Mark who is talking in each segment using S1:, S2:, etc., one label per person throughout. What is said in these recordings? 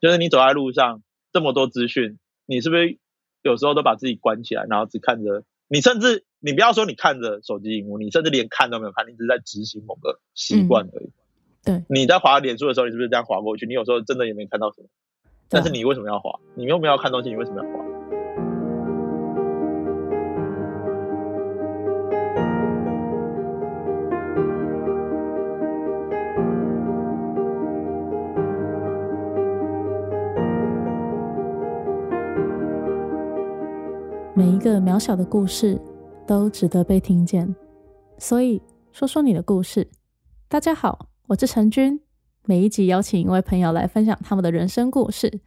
S1: 就是你走在路上，这么多资讯，你是不是有时候都把自己关起来，然后只看着你，甚至你不要说你看着手机荧幕，你甚至连看都没有看，你只是在执行某个习惯而已。
S2: 嗯对，
S1: 你在滑脸书的时候，你是不是这样滑过去？你有时候真的也没看到什么，但是
S2: 对啊
S1: 你为什么要滑？你又没有要看东西，你为什么要滑？
S2: 每一个渺小的故事都值得被听见，所以说说你的故事。大家好，我是陈君。每一集邀请一位朋友来分享他们的人生故事。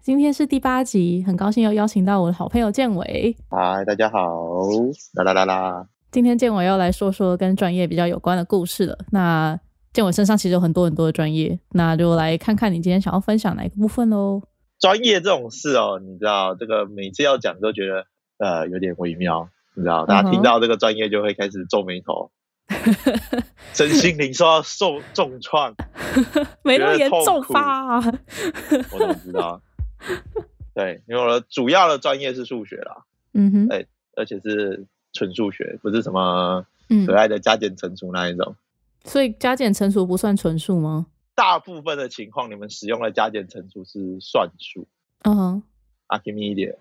S2: 今天是第八集，很高兴又邀请到我的好朋友建伟。
S1: 嗨，大家好，啦啦啦啦，
S2: 今天建伟要来说说跟专业比较有关的故事了。那建伟身上其实有很多很多的专业，那就来看看你今天想要分享哪一个部分喽。
S1: 专业这种事哦，你知道这个每次要讲都觉得呃有点微妙，你知道大家
S2: 嗯哼
S1: 听到这个专业就会开始皱眉头，身心灵受到受重创，
S2: 没那么
S1: 觉得
S2: 严重
S1: 痛苦
S2: 吧？
S1: 我怎么知道？对，因为我的主要的专业是数学啦，
S2: 嗯哼，
S1: 而且是纯数学，不是什么
S2: 嗯
S1: 可，爱的加减乘除那一种。
S2: 所以加减乘除不算纯数吗？
S1: 大部分的情况，你们使用的加减乘除是算术
S2: 嗯哼，
S1: （Archimedes），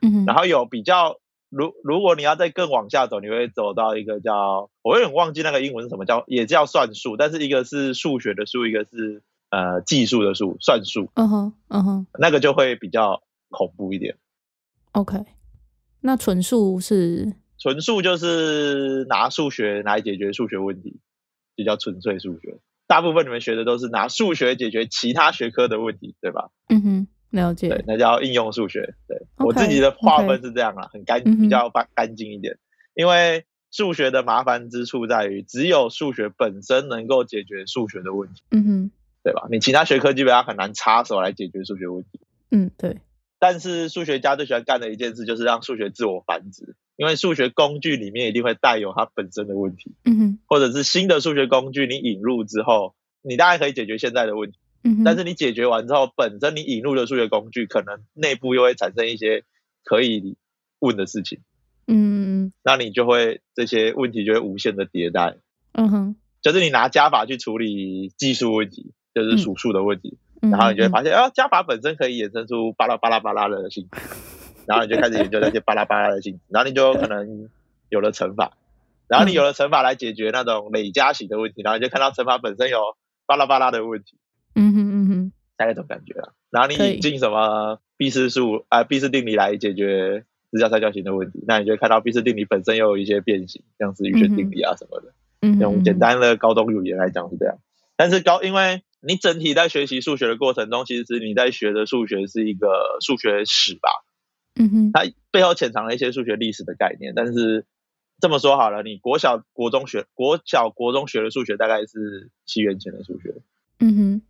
S2: 嗯哼，
S1: 然后有比较，如如果你要再更往下走，你会走到一个叫，我有点忘记那个英文是什么叫，也叫算术，但是一个是数学的数，一个是呃技术的术，算术
S2: 嗯哼，嗯哼
S1: 那个就会比较恐怖一点。
S2: ，OK。那纯数是
S1: 纯数就是拿数学来解决数学问题，就叫纯粹数学。大部分你们学的都是拿数学解决其他学科的问题，对吧？
S2: 嗯哼，了解。
S1: 对，那叫应用数学。对
S2: OK，
S1: 我自己的划分
S2: OK
S1: 是这样啦，很干，
S2: 嗯哼
S1: 比较干干净一点。因为数学的麻烦之处在于，只有数学本身能够解决数学的问题，
S2: 嗯哼，
S1: 对吧？你其他学科基本上很难插手来解决数学问题。
S2: 嗯，对，
S1: 但是数学家最喜欢干的一件事就是让数学自我繁殖，因为数学工具里面一定会带有它本身的问题，
S2: 嗯哼，
S1: 或者是新的数学工具你引入之后，你大概可以解决现在的问题。
S2: 嗯哼，
S1: 但是你解决完之后，本身你引入的数学工具可能内部又会产生一些可以问的事情，
S2: 嗯，
S1: 那你就会这些问题就会无限的迭代。
S2: 嗯哼，
S1: 就是你拿加法去处理技术问题，就是数数的问题，
S2: 嗯
S1: 然后你就会
S2: 嗯
S1: 发现，啊，加法本身可以衍生出巴拉巴拉巴拉的性质，然后你就开始研究那些巴拉巴拉的性质，然后你就可能有了乘法，然后
S2: 嗯
S1: 你有了乘法来解决那种累加型的问题，然后你就看到乘法本身有巴拉巴拉的问题。
S2: 嗯哼，嗯哼，
S1: 大概这种感觉啦。然后你
S2: 可以
S1: 引进什么毕氏数啊、毕氏定理来解决支教三角形的问题，那你就会看到毕氏定理本身又有一些变形，像是余弦定理啊什么的。
S2: 嗯哼，
S1: 用
S2: 嗯
S1: 简
S2: 哼，
S1: 单的高中语言来讲是这样，但是高因为你整体在学习数学的过程中，其实你在学的数学是一个数学史吧，
S2: 嗯哼，
S1: 它背后潜藏了一些数学历史的概念。但是这么说好了，你国小、国中学、国小、国中学的数学大概是七元前的数学，
S2: 嗯哼，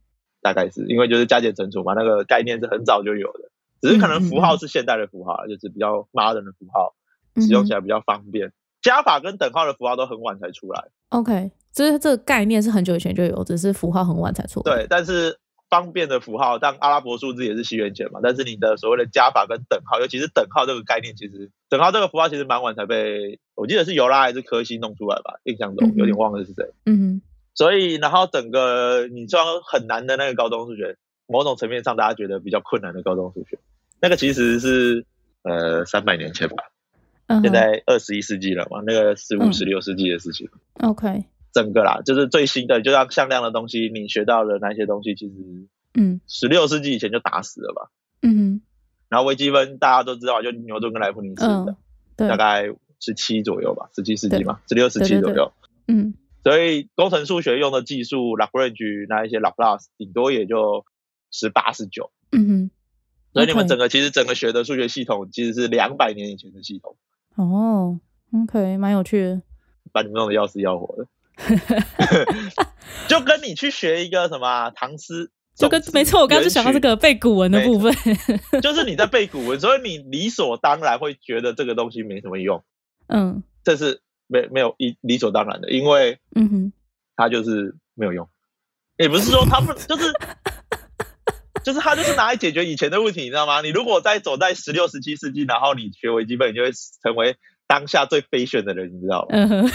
S1: 大概是因为就是加减乘除嘛，那个概念是很早就有的，只是可能符
S2: 嗯嗯
S1: 号
S2: 嗯
S1: 是现代的符号啊，就是比较 modern 的符号，
S2: 嗯
S1: 使用起
S2: 哼
S1: 来比较方便。加法跟等号的符号都很晚才出来，
S2: ，OK，这这个概念是很久以前就有，只是符号很晚才出来。
S1: 对，但是方便的符号，但阿拉伯数字也是西元前嘛，但是你的所谓的加法跟等号，尤其是等号这个概念，其实等号这个符号其实蛮晚才被，我记得是尤拉还是柯西弄出来吧，印象中有
S2: 嗯
S1: 点
S2: 嗯
S1: 忘了是谁。
S2: 嗯
S1: 所以，然后整个你说很难的那个高中数学，某种层面上大家觉得比较困难的高中数学，那个其实是呃三百年前吧，
S2: 哼，嗯哼，
S1: 现在二十一世纪了嘛，那个十
S2: 嗯
S1: 五、十六世纪的事情。
S2: OK，
S1: 整个啦，就是最新的，就像向量的东西，你学到的那些东西，其实
S2: 嗯
S1: 十六世纪以前就打死了吧。
S2: 嗯
S1: 然后微积分大家都知道，就牛顿跟莱布尼
S2: 哼，
S1: 茨的
S2: 嗯，，对
S1: 大，概十七左右吧，十七世纪嘛，十六、十
S2: 对对
S1: 七
S2: 对
S1: 左右。
S2: 嗯
S1: 所以工程数学用的技术，Lagrange 那一些 Laplace 顶多也就十八十九。
S2: 嗯
S1: 所以你们
S2: OK
S1: 整个其实整个学的数学系统其实是两百年以前的系统，
S2: 哼，哦，OK，蛮有趣的。
S1: 把你们弄得要死要活 的，就跟你去学一个什么啊唐诗，
S2: 就跟
S1: 宋诗
S2: 没错，我刚刚就想到这，个背古文的部分。
S1: 元曲就是你在背古文，所以你理所当然会觉得这个东西没什么用，
S2: 嗯
S1: 这是没没有一理所当然的，因为
S2: 嗯哼，
S1: 它就是没有用，也不是说它不就是就是它就是拿来解决以前的问题，你知道吗？你如果在走在十六、十七世纪，然后你学微积分，你就会成为当下最 fashion 的人，你知道吗？
S2: 嗯哼，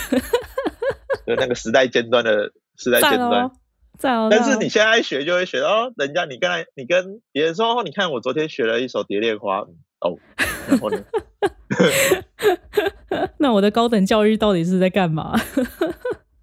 S1: 就那个时代尖端的时代尖
S2: 赞
S1: 端
S2: 哦。，赞哦。
S1: 但
S2: 赞
S1: 是
S2: 哦
S1: 你现在学就会学到，哦人家你跟他你跟别人说，哦，你看我昨天学了一首《蝶恋花》嗯，哦，然后呢，
S2: 那我的高等教育到底是在干嘛？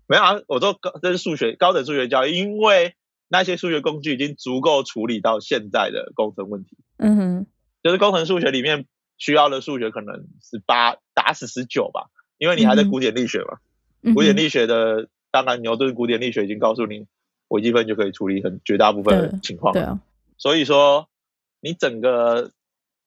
S1: 没有啊，我说高这是数学高等数学教育，因为那些数学工具已经足够处理到现在的工程问题，
S2: 嗯哼，
S1: 就是工程数学里面需要的数学可能是八打死十九吧，因为你还在
S2: 嗯哼
S1: 古典力学嘛，
S2: 嗯
S1: 古典
S2: 哼
S1: 力学的当然牛顿古典力学已经告诉你微积分就可以处理很绝大部分的
S2: 对
S1: 情况了
S2: 对。啊，
S1: 所以说，你整个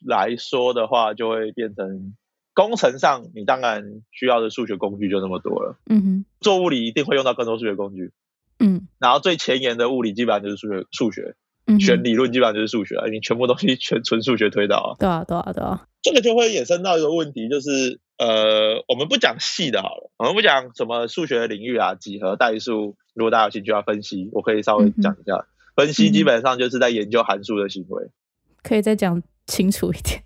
S1: 来说的话，就会变成工程上，你当然需要的数学工具就那么多了。
S2: 嗯哼，
S1: 做物理一定会用到更多数学工具，
S2: 嗯
S1: 然后最前沿的物理基本上就是数学，数学
S2: 嗯哼，
S1: 全理论基本上就是数学啊，你全部东西全纯数学推导啊。
S2: 对啊，对啊，对啊，
S1: 这个就会衍生到一个问题，就是呃，我们不讲细的好了，我们不讲什么数学领域啊，几何代数，如果大家有兴趣要分析，我可以稍微讲一下。分析基本上就是在研究函数的行为，
S2: 可以再讲清楚一点。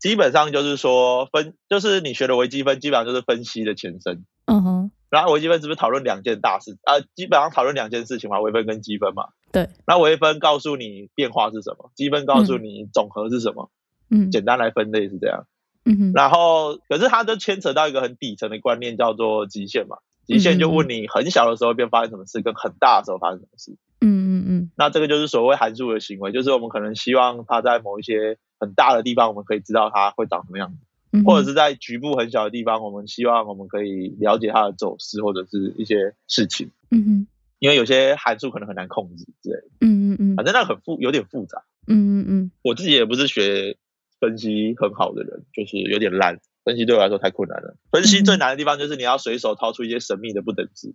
S1: 基本上就是说分，就是你学的微积分，基本上就是分析的前身。
S2: 嗯哼，
S1: 然后微积分是不是讨论两件大事啊、基本上讨论两件事情嘛，微分跟积分嘛。
S2: 对。
S1: 那微分告诉你变化是什么，积分告诉你总和是什么，
S2: 嗯
S1: 简单来分类是这样。
S2: 嗯哼，
S1: 然后，可是它都牵扯到一个很底层的观念，叫做极限嘛。极限就问你很小的时候变发生什么事，跟很大的时候发生什么事。
S2: 嗯嗯嗯
S1: 那这个就是所谓函数的行为，就是我们可能希望它在某一些很大的地方，我们可以知道它会长什么样子，
S2: 嗯哼，
S1: 或者是在局部很小的地方，我们希望我们可以了解它的走势或者是一些事情，
S2: 嗯哼，
S1: 因为有些函数可能很难控制之类的。
S2: 嗯嗯嗯
S1: 反正那很复，有点复杂。
S2: 嗯嗯嗯
S1: 我自己也不是学分析很好的人，就是有点烂。分析对我来说太困难了。分析最难的地方就是你要随手掏出一些神秘的不等式，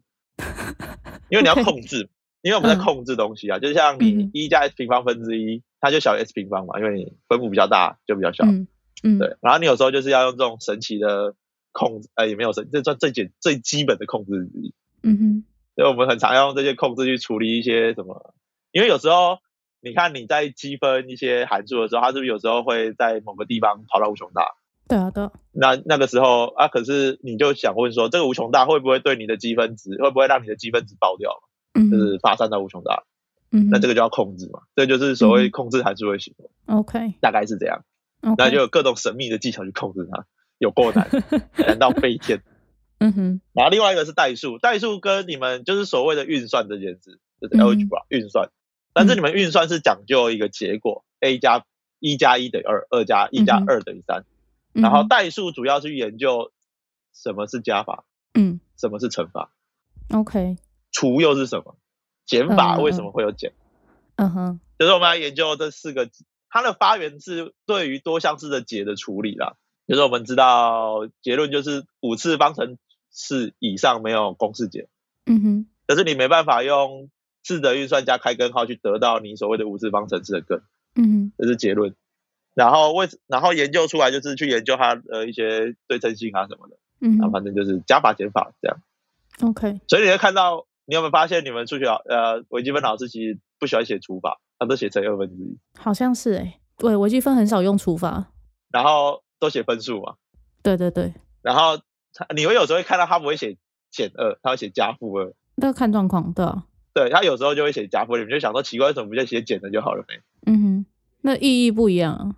S1: 因为 你要
S2: OK
S1: 控制，因为我们在
S2: 嗯
S1: 控制东西啊，就像
S2: 嗯
S1: 你
S2: 哼
S1: 一加 x 平方分之一，它就小于 s 平方嘛，因为你分母比较大就比较小。
S2: 嗯嗯，
S1: 对，然后你有时候就是要用这种神奇的控制，呃，也没有神，这算最简最基本的控制之一。
S2: 嗯哼，
S1: 所以我们很常要用这些控制去处理一些什么，因为有时候你看你在积分一些函数的时候，它是不是有时候会在某个地方跑到无穷大？
S2: 对啊，对啊，
S1: 那那个时候啊，可是你就想问说，这个无穷大会不会对你的积分值，会不会让你的积分值爆掉，
S2: 嗯
S1: 就
S2: 哼，
S1: 是发散到无穷大？
S2: 嗯哼，
S1: 那这个就要控制嘛，这就是所谓
S2: 嗯
S1: 控制函数的行为，
S2: OK，
S1: 大概是这样。那
S2: 那
S1: 就有各种神秘的技巧去控制它，有够难， 难到飞天。
S2: 嗯哼，
S1: 然后另外一个是代数，代数跟你们就是所谓的运算这件事，就是
S2: 嗯
S1: algebra、运算，但是你们运算是讲究一个结果，a 加一加一等于二，二加一加
S2: 嗯哼
S1: 二等于三。
S2: 嗯
S1: 然后
S2: 哼
S1: 代数主要是研究什么是加法，
S2: 嗯
S1: 什么是乘法，
S2: OK，
S1: 除又是什么，减法
S2: 嗯嗯嗯
S1: 为什么会有减，
S2: 嗯哼，
S1: 就是我们要研究这四个，它的发源是对于多项式的解的处理啦。就是我们知道结论就是五次方程式以上没有公式解。
S2: 嗯哼，
S1: 可是你没办法用次的运算加开根号去得到你所谓的无次方程式的根，
S2: 嗯哼，
S1: 这是结论。然后为然后研究出来就是去研究它呃一些对称性啊什么的，
S2: 嗯
S1: 啊
S2: 哼
S1: 反正就是加法减法这样。
S2: ，OK，
S1: 所以你会看到，你有没有发现你们数学老呃微积分老师其实不喜欢写除法，他都写乘以二分之一，
S2: 好像是哎，对，微积分很少用除法，
S1: 然后都写分数嘛，
S2: 对对对，
S1: 然后他你会有时候会看到他不会写减二，他会写加负二。
S2: 那看状况，对啊，
S1: 对他有时候就会写加负，二，你们就想说奇怪，为什么不就写减的就好了没？
S2: 嗯哼，那意义不一样啊，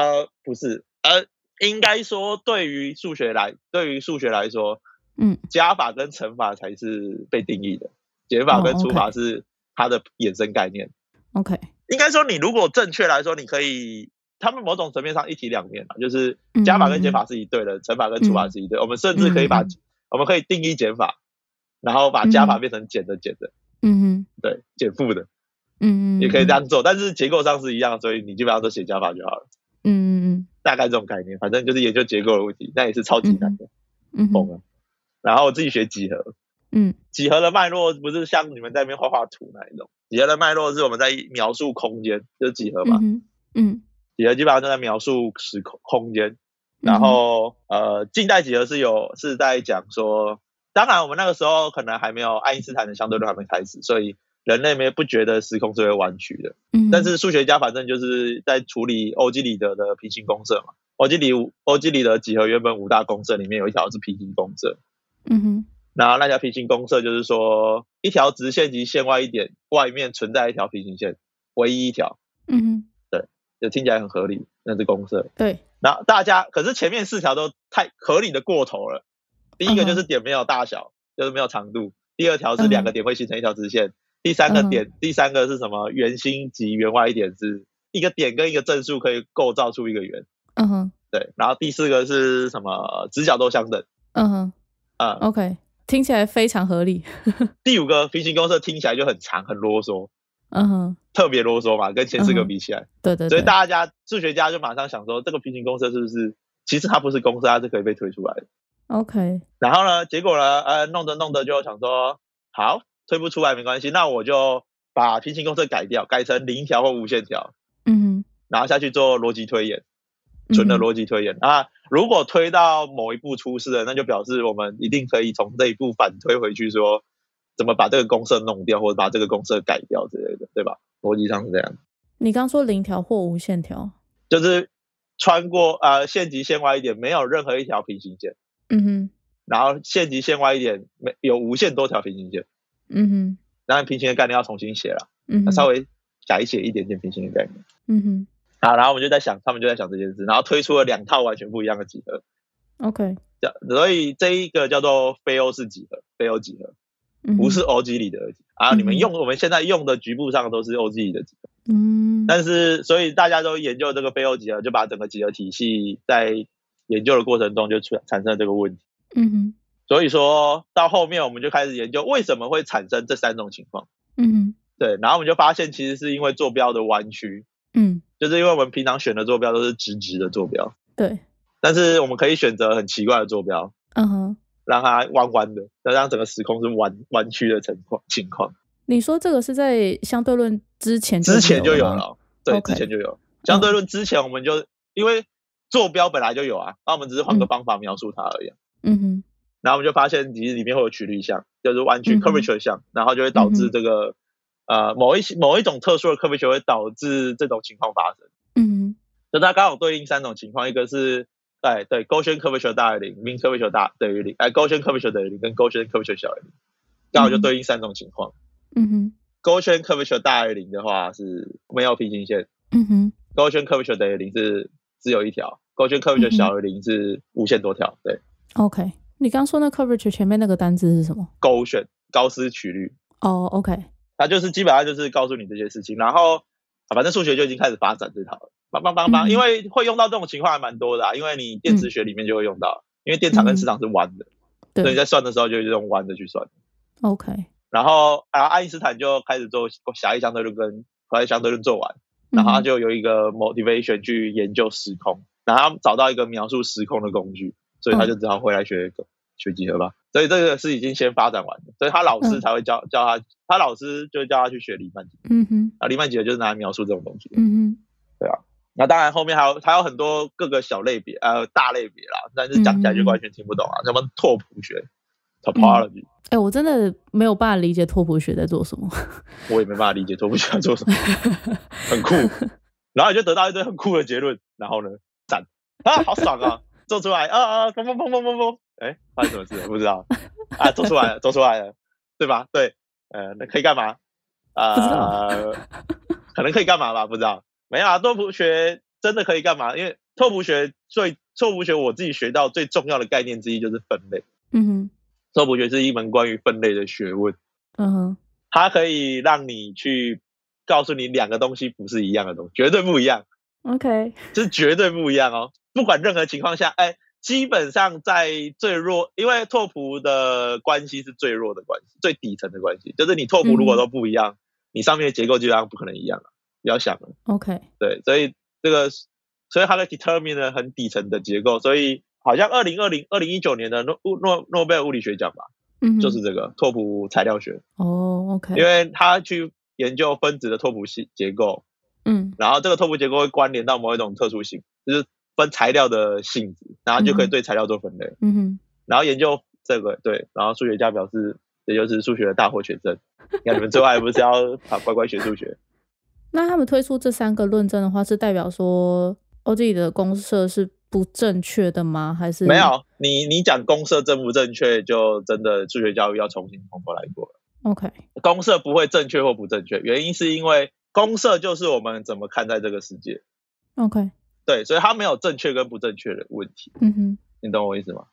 S1: 呃，不是，呃，应该说对于数学来，对于数学来说，
S2: 嗯，
S1: 加法跟乘法才是被定义的，减法
S2: 哦
S1: 跟除
S2: ，OK
S1: 法是它的衍生概念。
S2: OK，
S1: 应该说，你如果正确来说，你可以，他们某种层面上一体两面啊，就是加法跟减法是一对的，乘法跟除法是一对。我们甚至可以把，
S2: 嗯
S1: 我们可以定义减法，然后把加法
S2: 嗯
S1: 变成减的减的，
S2: 嗯哼，
S1: 对，减负的，
S2: 嗯嗯，
S1: 也可以这
S2: 样，
S1: 样做，但是结构上是一样，所以你基本上都写加法就好了。
S2: 嗯嗯
S1: 大概这种概念，反正就是研究结构的问题，那也是超级难的，
S2: 嗯，嗯
S1: 懂
S2: 哼，
S1: 了。然后我自己学几何，
S2: 嗯
S1: 几何的脉络不是像你们在那边画画图那一种，几何的脉络是我们在描述空间，就是几何嘛
S2: 嗯，哼，嗯，
S1: 几何基本上都在描述时空空间。
S2: 嗯
S1: 然后呃，近代几何是有是在讲说，当然我们那个时候可能还没有爱因斯坦的相对论还没开始，所以人类没不觉得时空是会弯曲的。
S2: 嗯，
S1: 但是数学家反正就是在处理欧几里得的平行公设嘛。欧几里欧几里得几何原本五大公设里面有一条是平行公设，
S2: 嗯哼，
S1: 然后那条平行公设就是说一条直线及线外一点外面存在一条平行线，唯一一条，
S2: 嗯哼，
S1: 就听起来很合理，那是公设。
S2: 对，
S1: 然后大家可是前面四条都太合理的过头了。第一个
S2: 嗯
S1: 就是点没有大小，就是没有长度；第二条是两个点会形成一条直线；第三
S2: 嗯
S1: 个点，第三个是什么？圆心及圆外一点是一个点跟一个正数可以构造出一个圆。
S2: 嗯哼，
S1: 对，然后第四个是什么？直角都相等。
S2: 嗯哼
S1: 啊、
S2: ，OK，听起来非常合理。
S1: 第五个平行公式听起来就很长，很啰嗦，
S2: 嗯哼，
S1: 特别啰嗦嘛，跟前四个比起来，
S2: 嗯对对
S1: 所
S2: 对，
S1: 以大家数学家就马上想说，这个平行公式是不是其实它不是公式，它是可以被推出来的。
S2: OK，
S1: 然后呢，结果呢，呃，弄着弄着就想说，好，推不出来没关系，那我就把平行公式改掉，改成零条或无限条，
S2: 嗯
S1: 然后下去做逻辑推演，
S2: 哼，
S1: 纯的
S2: 嗯哼
S1: 逻辑推演。啊，如果推到某一步出事了，那就表示我们一定可以从这一步反推回去说，怎么把这个公式弄掉，或者把这个公式改掉之类的，对吧？逻辑上是这样，
S2: 你刚说零条或无限条，
S1: 就是穿过呃线级线外一点，没有任何一条平行线，
S2: 嗯哼，
S1: 然后线级线外一点，没有无限多条平行线。
S2: 嗯哼，
S1: 当然平行的概念要重新写了，
S2: 嗯
S1: 那
S2: 哼，
S1: 稍微改写一点点平行的概念。
S2: 嗯哼
S1: 好，然后我们就在想，他们就在想这件事，然后推出了两套完全不一样的几何，
S2: ，OK，
S1: 叫所以这一个叫做非欧式几何，非欧几何
S2: 嗯哼
S1: 不是，欧几里得几何。啊，
S2: 嗯
S1: 你们用我们现在用的局部上都是欧几里得几何，
S2: 嗯，
S1: 但是所以大家都研究这个非欧几何，就把整个几何体系在研究的过程中就出产生了这个问题。
S2: 嗯哼，
S1: 所以说到后面我们就开始研究为什么会产生这三种情况，
S2: 嗯哼，
S1: 对，然后我们就发现其实是因为坐标的弯曲，
S2: 嗯，
S1: 就是因为我们平常选的坐标都是直直的坐标，
S2: 对，
S1: 但是我们可以选择很奇怪的坐标，
S2: 嗯哼，
S1: 让它弯弯的，要让整个时空是弯弯曲的情况情况。
S2: 你说这个是在相对论之前
S1: 之前就有
S2: 吗
S1: 了，对
S2: OK 嗯
S1: 之前就有。相对论之前我们就、因为坐标本来就有啊，那我们只是换个方法描述它而已啊、
S2: 嗯哼，
S1: 然后我们就发现其实里面会有曲率项，就是弯曲
S2: 嗯哼
S1: curvature 项，然后就会导
S2: 嗯
S1: 致
S2: 哼
S1: 这个、呃某一些某一种特殊的 curvature 会导致这种情况发生。
S2: 嗯哼，
S1: 就它刚好对应三种情况，一个是哎对勾选 curvature 大于零，min curvature 大等于零，哎勾选 curvature 等于零，跟勾选 curvature 小于零，刚好就对应三种情况。
S2: 嗯哼，
S1: 勾选 curvature 大于零的话是没有平行线，
S2: 嗯哼，
S1: 勾选 curvature 等于零是只有一条，勾选 curvature 小于零是无限多条。对，
S2: OK，你刚说那 coverage 前面那个单字是什么？
S1: 勾选高斯曲率，
S2: 哦、o k
S1: 它就是基本上就是告诉你这些事情，然后啊反正数学就已经开始发展这套了。帮帮帮帮，
S2: 嗯
S1: 因为会用到这种情况还蛮多的、啊，因为你电磁学里面就会用到，因为电场跟磁场是弯的，所以你
S2: 对
S1: 在算的时候就是用弯的去算。
S2: ，OK，
S1: 然后啊，爱因斯坦就开始做狭义相对论跟狭义相对论做完，然后他
S2: 嗯
S1: 就有一个 motivation 去研究时空，然后他找到一个描述时空的工具，所以他就只好回来学、学几何吧。所以这个是已经先发展完的，所以他老师
S2: 嗯
S1: 才会教、教他，他老师就叫他去学黎曼几何
S2: 嗯哼，
S1: 啊，黎曼几何就是拿来描述这种东西。
S2: 嗯哼，
S1: 那当然后面还有还有很多各个小类别呃大类别啦，但是讲起来
S2: 嗯
S1: 就完全听不懂啊，什么拓扑学 topology，、
S2: 哎、我真的没有办法理解拓扑学在做什么。
S1: 我也没办法理解拓扑学在做 什么，很酷。然后你就得到一堆很酷的结论，然后呢，赞啊，好爽 啊，做出来啊啊，砰砰砰砰砰砰，哎，发生什么事了？不知道啊，做出 来了，做出来了，对吧？对，呃，那可以干嘛？
S2: 不知
S1: 啊、
S2: 道
S1: 可能可以干嘛吧？不知道，没有啊，拓扑学真的可以干嘛？因为拓扑学最拓扑学我自己学到最重要的概念之一就是分类，
S2: 嗯哼，
S1: 拓扑学是一门关于分类的学问。
S2: 嗯哼，
S1: 它可以让你去告诉你两个东西不是一样的东西，绝对不一样，
S2: OK，
S1: 这绝对不一样哦。不管任何情况下，哎，基本上在最弱，因为拓扑的关系是最弱的关系，最底层的关系，就是你拓扑如果都不一样，你上面的结构基本上不可能一样了、不要想了，
S2: OK，
S1: 对，所以这个，所以它的 determine 了很底层的结构，所以好像二零二零二零一九年的诺诺诺贝尔物理学奖吧，
S2: 嗯哼，
S1: 就是这个拓扑材料学。
S2: 哦，OK、o
S1: 因
S2: k
S1: 为他去研究分子的拓扑系结构，
S2: 嗯
S1: 然后这个拓扑结构会关联到某一种特殊性，就是分材料的性质，然后就可以
S2: 嗯
S1: 对材料做分类，
S2: 嗯
S1: 然后研究这个对，然后数学家表示这就是数学的大获全胜，
S2: 哼
S1: 你看你们最后还不是要啊乖乖学数学？
S2: 那他们推出这三个论证的话，是代表说 OG 的公社是不正确的吗？还 是
S1: 没？有，你你讲公社正不正确，就真的数学教育要重新从头来过了。
S2: OK，
S1: 公社不会正确或不正确，原因是因为公社就是我们怎么看待这个世界，
S2: OK，
S1: 对，所以它没有正确跟不正确的问题，
S2: 嗯哼，
S1: 你懂我意思吗？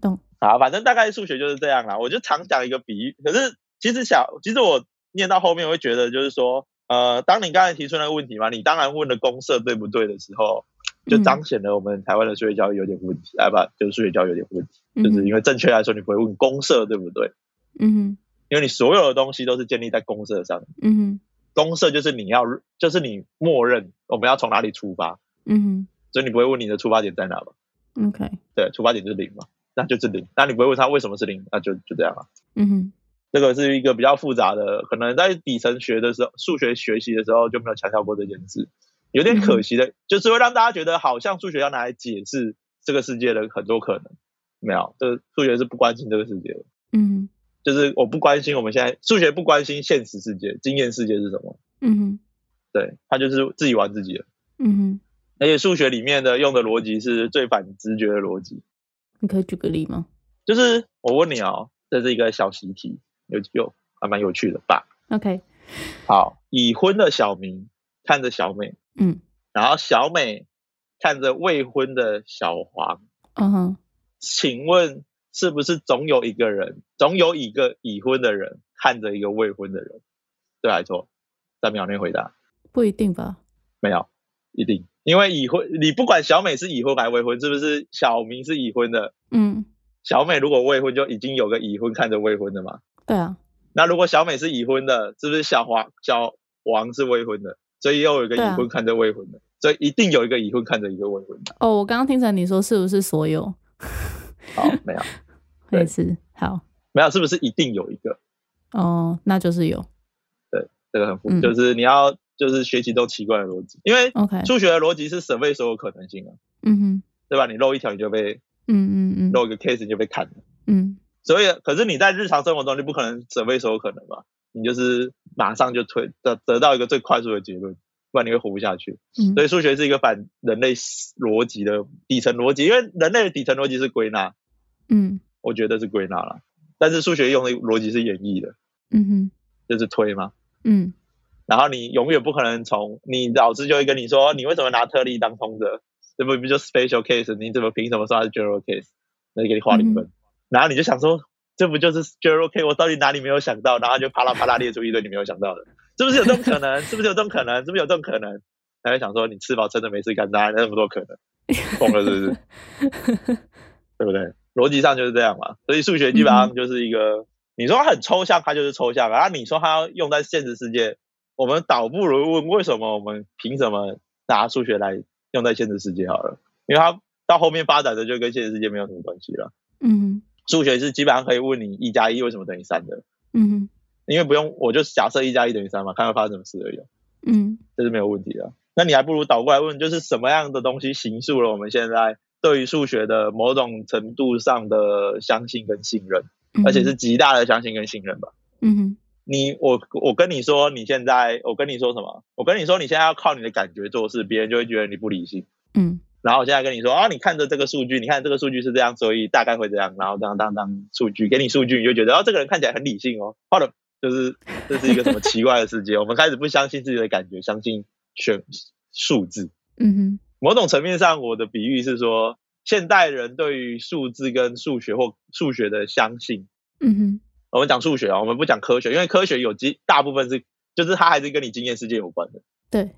S2: 懂。
S1: 好，反正大概数学就是这样啦。我就常讲一个比喻，可是其实小，其实我念到后面我会觉得，就是说，呃，当你刚才提出那个问题嘛，你当然问的公社对不对的时候，就
S2: 嗯
S1: 彰显了我们台湾的数学教育有点问题，哎、不，就是数学教育有点问题，
S2: 嗯
S1: 就是
S2: 哼，
S1: 因为正确来说，你不会问公社对不对，
S2: 嗯哼，
S1: 因为你所有的东西都是建立在公社上，
S2: 嗯哼，
S1: 公社就是你要，就是你默认我们要从哪里出发，
S2: 嗯
S1: 所以你不会问你的出发点在哪嘛。
S2: 哼，OK，
S1: 对，出发点就是零嘛，那就是零。那你不会问他为什么是零，那就就这样啊。
S2: 嗯哼，
S1: 这个是一个比较复杂的，可能在底层学的时候，数学学习的时候就没有强调过这件事，有点可惜的，就是会让大家觉得好像数学要拿来解释这个世界的很多可能，没有，这数学是不关心这个世界的，
S2: 嗯哼，
S1: 就是我不关心我们现在数学不关心现实世界、经验世界是什么，
S2: 嗯哼，
S1: 对，他就是自己玩自己的。
S2: 嗯哼，
S1: 而且数学里面的用的逻辑是最反直觉的逻辑，
S2: 你可以举个例吗
S1: 就是我问你哦，这是一个小习题，有有还蛮有趣的吧？
S2: ？OK，
S1: 好，已婚的小明看着小美，
S2: 嗯，
S1: 然后小美看着未婚的小黄，
S2: 嗯哼，
S1: 请问是不是总有一个人，总有一个已婚的人看着一个未婚的人？对还是错？三秒内回答，
S2: 不一定吧？
S1: 没有，一定，因为已婚，你不管小美是已婚还是未婚，是不是小明是已婚的？
S2: 嗯，
S1: 小美如果未婚，就已经有个已婚看着未婚的嘛？
S2: 对啊，
S1: 那如果小美是已婚的，是不是小黄小王是未婚的？所以又有一个已
S2: 对啊
S1: 婚看着未婚的，所以一定有一个已婚看着一个未婚 的。
S2: 哦，我刚刚听成你说是不是所有？
S1: 好，没有对
S2: 也是，好，
S1: 没有，是不是一定有一个？
S2: 哦，那就是有
S1: 这个很复，
S2: 嗯
S1: 就是你要就是学习这种奇怪的逻辑，因为
S2: ，OK，
S1: 数学的逻辑是审备所有可能性啊，
S2: 嗯哼，
S1: 对吧？你漏一条你就被
S2: 嗯嗯嗯
S1: 漏一个 case 你就被砍了。
S2: 嗯
S1: 所以，可是你在日常生活中你不可能审备所有可能吧？你就是马上就推得得到一个最快速的结论，不然你会活不下去。
S2: 嗯，
S1: 所以数学是一个反人类逻辑的底层逻辑，因为人类的底层逻辑是归纳，
S2: 嗯
S1: 我觉得是归纳啦。但是数学用的逻辑是演绎的，
S2: 嗯哼，
S1: 就是推嘛。
S2: 嗯
S1: 然后你永远不可能从你老师就会跟你说，你为什么拿特例当通则？这不不就 special case？你怎么凭什么说它是 general case？那就给你画零分。然后你就想说，这不就是 general case？我到底哪里没有想到？然后就啪啦啪啦列出一堆你没有想到的，是不是有这种可能？是不是有这种可能？是不是有这种可能？然后就想说，你吃饱撑着没事干，哪来那么多可能？疯了是不是？ 对不对？逻辑上就是这样嘛。所以数学基本上就是一个，你说它很抽象，它就是抽象；然后你说它要用在现实世界，我们倒不如问为什么我们凭什么拿数学来用在现实世界好了？因为它到后面发展的就跟现实世界没有什么关系了。
S2: 嗯哼，
S1: 数学是基本上可以问你一加一为什么等于三的，
S2: 嗯哼，
S1: 因为不用我就假设一加一等于三嘛，看会发生什么事而已啊，
S2: 嗯
S1: 这是没有问题的。那你还不如倒过来问，就是什么样的东西形塑了我们现在对于数学的某种程度上的相信跟信任，
S2: 嗯，
S1: 而且是极大的相信跟信任吧。
S2: 嗯哼，
S1: 你我我跟你说，你现在我跟你说什么？我跟你说，你现在要靠你的感觉做事，别人就会觉得你不理性。
S2: 嗯
S1: 然后我现在跟你说，啊，你看着这个数据，你看这个数据是这样，所以大概会这样，然后当当当数据给你数据，你就觉得，哦，这个人看起来很理性哦，或者就是这是一个什么奇怪的世界，我们开始不相信自己的感觉，相信选数字。
S2: 嗯哼，
S1: 某种层面上，我的比喻是说，现代人对于数字跟数学或数学的相信，
S2: 嗯哼，
S1: 我们讲数学啊，我们不讲科学，因为科学有基大部分是就是它还是跟你经验世界有关的。
S2: 对，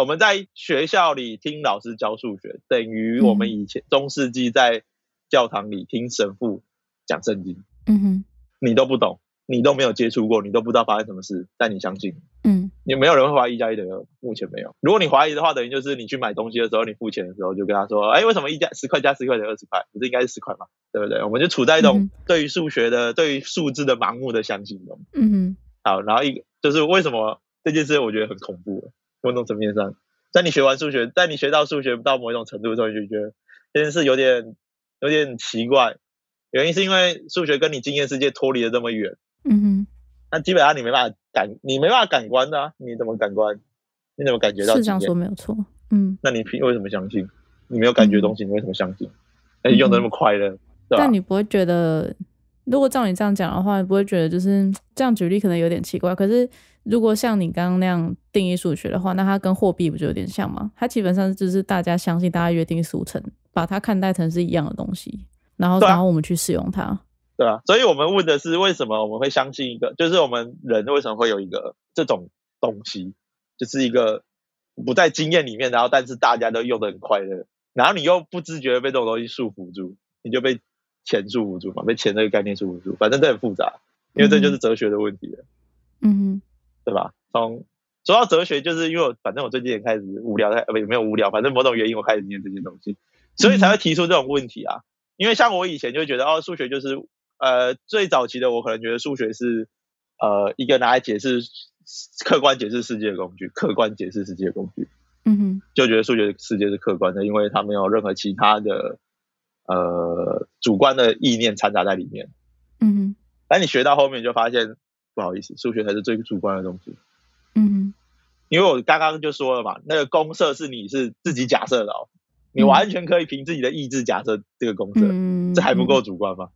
S1: 我们在学校里听老师教数学，等于我们以前中世纪在教堂里听神父讲圣经，
S2: 嗯哼，
S1: 你都不懂，你都没有接触过，你都不知道发生什么事，但你相信，
S2: 嗯
S1: 也没有人会怀疑一加一等于二，目前没有。如果你怀疑的话，等于就是你去买东西的时候，你付钱的时候就跟他说，哎，为什么一加十块加十块等于二十块？不是应该是十块吗？对不对？我们就处在一
S2: 嗯
S1: 种对于数学的、对于数字的盲目的相信中。
S2: 嗯哼，
S1: 好，然后一个就是为什么这件事我觉得很恐怖，某种层面上，在你学完数学，在你学到数学到某一种程度的时候，你就觉得这件事有点有点奇怪。原因是因为数学跟你经验世界脱离的这么远，
S2: 嗯哼，
S1: 那基本上你没办法感，你没办法感官的、啊，你怎么感官？你怎么感觉到
S2: 是
S1: 经
S2: 这样
S1: 验？
S2: 说没有错。嗯，
S1: 那你凭为什么相信？你没有感觉的东西，你为什么相信？
S2: 嗯
S1: 而且用的那么快乐，对吧？啊
S2: 但你不会觉得，如果照你这样讲的话，你不会觉得就是这样举例可能有点奇怪。可是如果像你刚刚那样定义数学的话，那它跟货币不就有点像吗？它基本上就是大家相信，大家约定俗成，把它看待成是一样的东西，然后、
S1: 对啊
S2: 然后我们去使用它。
S1: 对啊，所以我们问的是为什么我们会相信一个，就是我们人为什么会有一个这种东西，就是一个不在经验里面，然后但是大家都用的很快乐，然后你又不自觉地被这种东西束缚住，你就被钱束缚住嘛，被钱这个概念束缚住，反正这很复杂，因为这就是哲学的问题了，
S2: 嗯
S1: 对吧？从说到哲学，就是因为我反正我最近也开始无聊，呃，不也没有无聊，反正某种原因我开始念这些东西，所以才会提出这种问题啊。因为像我以前就觉得，哦，数学就是，呃，最早期的我可能觉得数学是，呃，一个拿来解释客观解释世界的工具，客观解释世界的工具，
S2: 嗯哼，
S1: 就觉得数学世界是客观的，因为它没有任何其他的，呃，主观的意念掺杂在里面。
S2: 嗯哼，
S1: 但你学到后面，你就发现，不好意思，数学才是最主观的东西。
S2: 嗯哼，
S1: 因为我刚刚就说了嘛，那个公社是你是自己假设的哦，你
S2: 嗯
S1: 完全可以凭自己的意志假设这个公社，
S2: 嗯，
S1: 这还不够主观吗？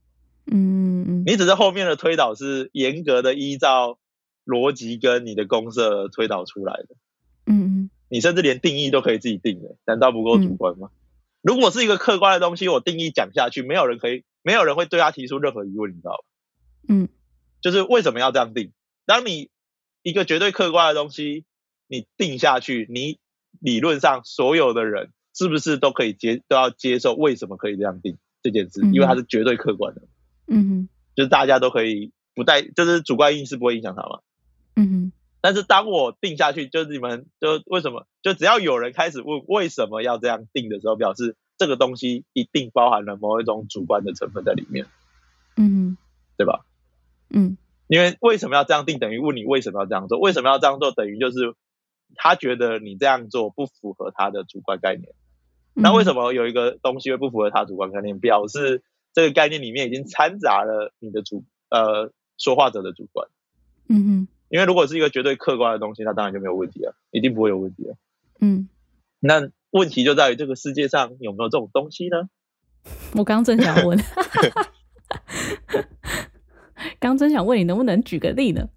S2: 嗯。嗯嗯
S1: 你只是后面的推导是严格的依照逻辑跟你的公社推导出来的，
S2: 嗯
S1: 你甚至连定义都可以自己定的，难道不够主观吗？如果是一个客观的东西，我定义讲下去，没有人可以，没有人会对他提出任何疑问，你知道吗？
S2: 嗯
S1: 就是为什么要这样定？当你一个绝对客观的东西，你定下去，你理论上所有的人是不是都可以接都要接受为什么可以这样定这件事？因为它是绝对客观的，
S2: 嗯哼
S1: 就是大家都可以不带，就是主观意识不会影响它嘛。
S2: 嗯哼
S1: 但是当我定下去，就是你们就为什么就只要有人开始问为什么要这样定的时候，表示这个东西一定包含了某一种主观的成分在里面，
S2: 嗯
S1: 对吧？
S2: 哼嗯
S1: 因为为什么要这样定，等于问你为什么要这样做？为什么要这样做，等于就是他觉得你这样做不符合他的主观概念。那为什
S2: 么？
S1: 么有一个东西会不符合他主观概念？表示这个概念里面已经掺杂了你的主呃说话者的主观。
S2: 嗯哼
S1: 因为如果是一个绝对客观的东西，那当然就没有问题了，一定不会有问题了。
S2: 嗯，
S1: 那问题就在于这个世界上有没有这种东西呢？
S2: 我刚正想 问，刚正想问你能不能举个例呢？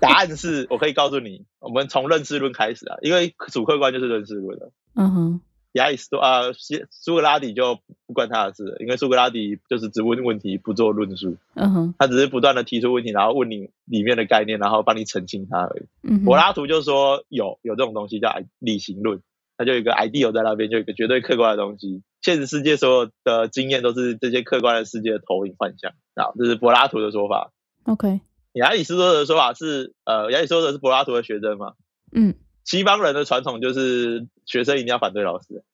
S1: 答案是我可以告诉你，我们从认识论开始啊，因为主客观就是认识论了。
S2: 嗯哼
S1: 亚里士多啊，苏苏格拉底就不关他的事了，因为苏格拉底就是只问问题，不做论述，
S2: 嗯哼
S1: 他只是不断的提出问题，然后问你里面的概念，然后帮你澄清它而已。
S2: 嗯哼，
S1: 柏拉图就说有有这种东西叫理型论，它就有一个 ideal 在那边，就有一个绝对客观的东西，现实世界所有的经验都是这些客观的世界的投影幻象啊，这是柏拉图的说法。
S2: OK，
S1: 亚里士多德的说法是，呃，亚里士多德是柏拉图的学生嘛，
S2: 嗯
S1: 西方人的传统就是学生一定要反对老师。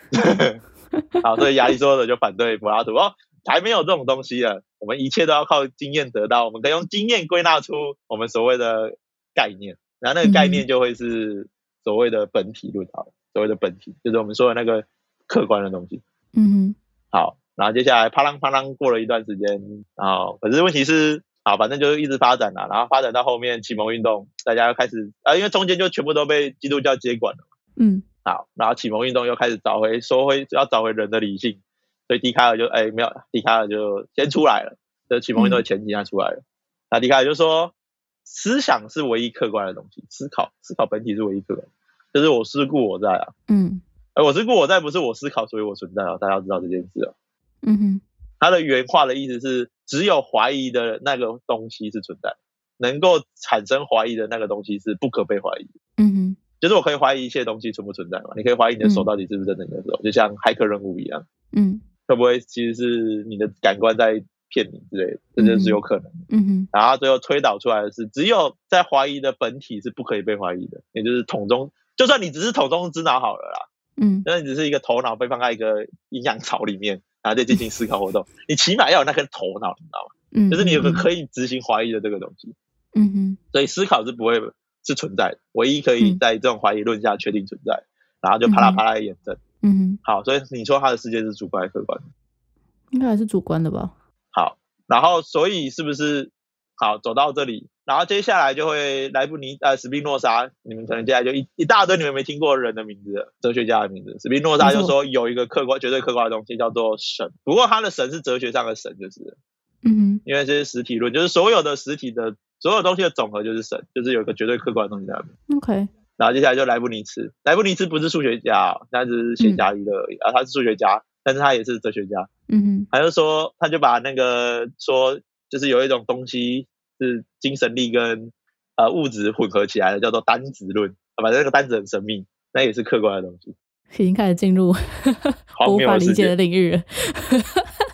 S1: 好，所以亚里士多德就反对柏拉图哦，还没有这种东西了，我们一切都要靠经验得到，我们可以用经验归纳出我们所谓的概念，然后那个概念就会是所谓的本体论，好了，所谓的本体就是我们说的那个客观的东西。
S2: 嗯
S1: 好，然后接下来啪啷啪啷过了一段时间，然后可是问题是，啊，反正就是一直发展啦，然后发展到后面启蒙运动，大家又开始啊，因为中间就全部都被基督教接管了。
S2: 哼嗯
S1: 好，然后启蒙运动又开始找回、收回，要找回人的理性，所以笛卡尔就哎没有，笛卡尔就先出来了，这启蒙运动的前提他出来了。那笛卡尔就说，思想是唯一客观的东西，思考思考本体是唯一客观的，就是我思故我在啊，
S2: 嗯
S1: 而我思故我在不是我思考所以我存在啊，大家要知道这件事啊。
S2: 嗯哼
S1: 他的原话的意思是，只有怀疑的那个东西是存在的，能够产生怀疑的那个东西是不可被怀疑的。
S2: 嗯哼
S1: 就是我可以怀疑一切东西存不存在嘛？你可以怀疑你的手到底是不是真的你的手，就像骇客任务一样，
S2: 嗯
S1: 会不会其实是你的感官在骗你之类的，这就是有可能的。
S2: 嗯哼
S1: 然后最后推导出来的是，只有在怀疑的本体是不可以被怀疑的，也就是桶中，就算你只是桶中之脑好了啦，
S2: 嗯
S1: 那你只是一个头脑被放在一个营养 槽里面，然后再进行思考活动，你起码要有那颗头脑，你知道吗？
S2: 嗯，
S1: 就是你有个
S2: 以，
S1: 可以执行怀疑的这个东西，
S2: 嗯哼
S1: 所以思考是不会是存在的，唯一可以
S2: 嗯
S1: 在这种怀疑论下确定存在，然后就啪啦啪啦的验证。
S2: 嗯哼，
S1: 好，所以你说他的世界是主观还是客观？
S2: 应该还是主观的吧？
S1: 好，然后所以是不是好走到这里，然后接下来就会莱布尼呃史宾诺莎，你们可能接下来就一一大堆你们没听过人的名字了，哲学家的名字。史宾诺莎就说有一个客观绝对客观的东西叫做神，不过他的神是哲学上的神，就是
S2: 嗯
S1: 因为这是实体论，就是所有的实体的所有东西的总和就是神，就是有一个绝对客观的东西在那边。
S2: 哼，OK，
S1: 然后接下来就莱布尼茨，莱布尼茨不是数学家、哦，他只是写加一乐而已、啊，他是数学家，但是他也是哲学家。
S2: 嗯
S1: 他就说，他就把那个说，就是有一种东西是精神力跟呃物质混合起来的，叫做单子论。啊反正那个单子很神秘，那也是客观的东西。
S2: 哼，已经开始进入
S1: 好
S2: 我无
S1: 没有
S2: 法
S1: 时
S2: 理解
S1: 间
S2: 的领域了。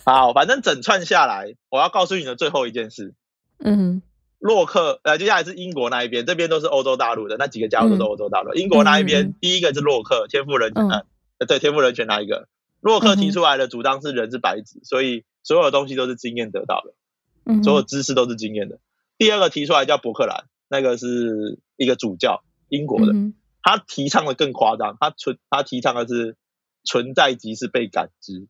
S1: 好，反正整串下来，我要告诉你的最后一件事，
S2: 嗯
S1: 洛克，呃，接下来是英国那一边，这边都是欧洲大陆的，那几个家伙都是
S2: 嗯
S1: 欧洲大陆。英国那一边，
S2: 嗯嗯嗯
S1: 第一个是洛克，天赋人权，
S2: 嗯
S1: 呃，对，天赋人权那一个？洛克
S2: 嗯
S1: 提
S2: 哼
S1: 出来的主张是人是白纸，所以所有东西都是经验得到的。
S2: 嗯哼，
S1: 所有知识都是经验的。第二个提出来叫伯克兰，那个是一个主教，英国的，
S2: 嗯
S1: 他提倡的更夸张，他存他提倡的是存在即是被感知，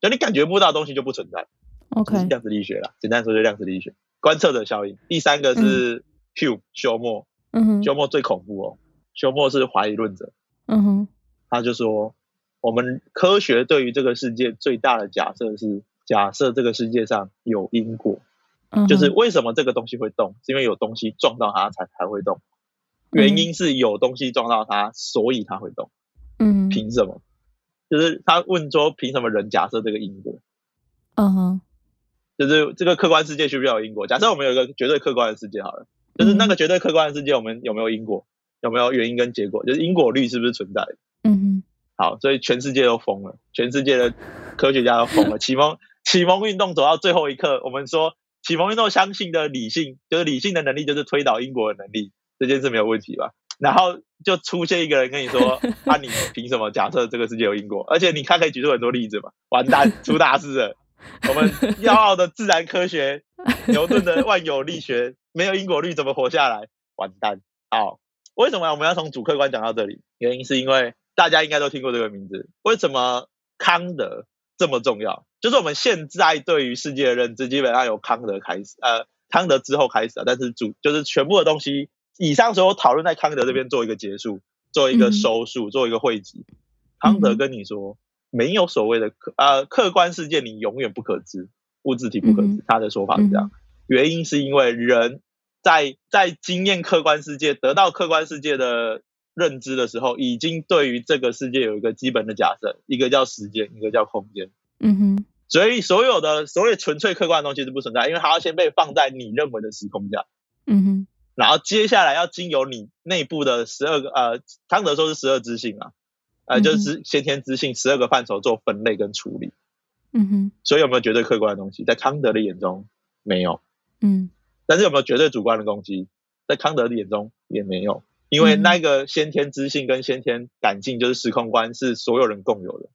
S1: 就你感觉不到的东西就不存在，
S2: 哼
S1: 就是
S2: OK，
S1: 量子力学啦。简单说就是量子力学，观测者效应。第三个是 Hume 休谟，
S2: 嗯哼，
S1: 休谟最恐怖哦，休谟是怀疑论者，
S2: 嗯哼，
S1: 他就说，我们科学对于这个世界最大的假设是假设这个世界上有因果。
S2: 嗯哼
S1: 就是为什么这个东西会动，是因为有东西撞到它才才会动，原因是有东西撞到它，所以它会动。
S2: 嗯哼
S1: 凭什么？就是他问说，凭什么人假设这个因果？
S2: 嗯哼
S1: 就是这个客观世界需不需要有因果？假设我们有一个绝对客观的世界好了，就是那个绝对客观的世界，我们有没有因果？有没有原因跟结果？就是因果律是不是存在的？
S2: 嗯哼
S1: 好，所以全世界都疯了，全世界的科学家都疯了。启蒙启蒙运动走到最后一刻，我们说启蒙运动相信的理性，就是理性的能力就是推倒英国的能力，这件事没有问题吧？然后就出现一个人跟你说：“啊，你凭什么假设这个世界有因果？而且你看可以举出很多例子嘛，完蛋，出大事了！我们要傲的自然科学，牛顿的万有力学，没有因果律怎么活下来？完蛋！好，为什么啊我们要从主客观讲到这里？原因是因为大家应该都听过这个名字。为什么康德这么重要？就是我们现在对于世界的认知，基本上由康德开始，呃，康德之后开始啊。但是主就是全部的东西，以上所有讨论在康德这边做一个结束，做一
S2: 嗯
S1: 个收束，做一个汇集。康德
S2: 嗯
S1: 跟你说，没有所谓的客呃客观世界，你永远不可知，物质体不可知。
S2: 嗯哼
S1: 他的说法是这样。原因是因为人在在经验客观世界、得到客观世界的认知的时候，已经对于这个世界有一个基本的假设，一个叫时间，一个叫空间。
S2: 嗯哼
S1: 所以所有的所谓纯粹客观的东西是不存在，因为它要先被放在你认为的时空下，
S2: 嗯哼
S1: 然后接下来要经由你内部的十二个呃，康德说是十二知性啊，
S2: 嗯
S1: 呃，就是先天知性十二个范畴做分类跟处理。
S2: 嗯哼
S1: 所以有没有绝对客观的东西，在康德的眼中没有。
S2: 嗯
S1: 但是有没有绝对主观的攻击，在康德的眼中也没有，因为
S2: 嗯
S1: 那个先天知性跟先天感性就是时空观是所有人共有的，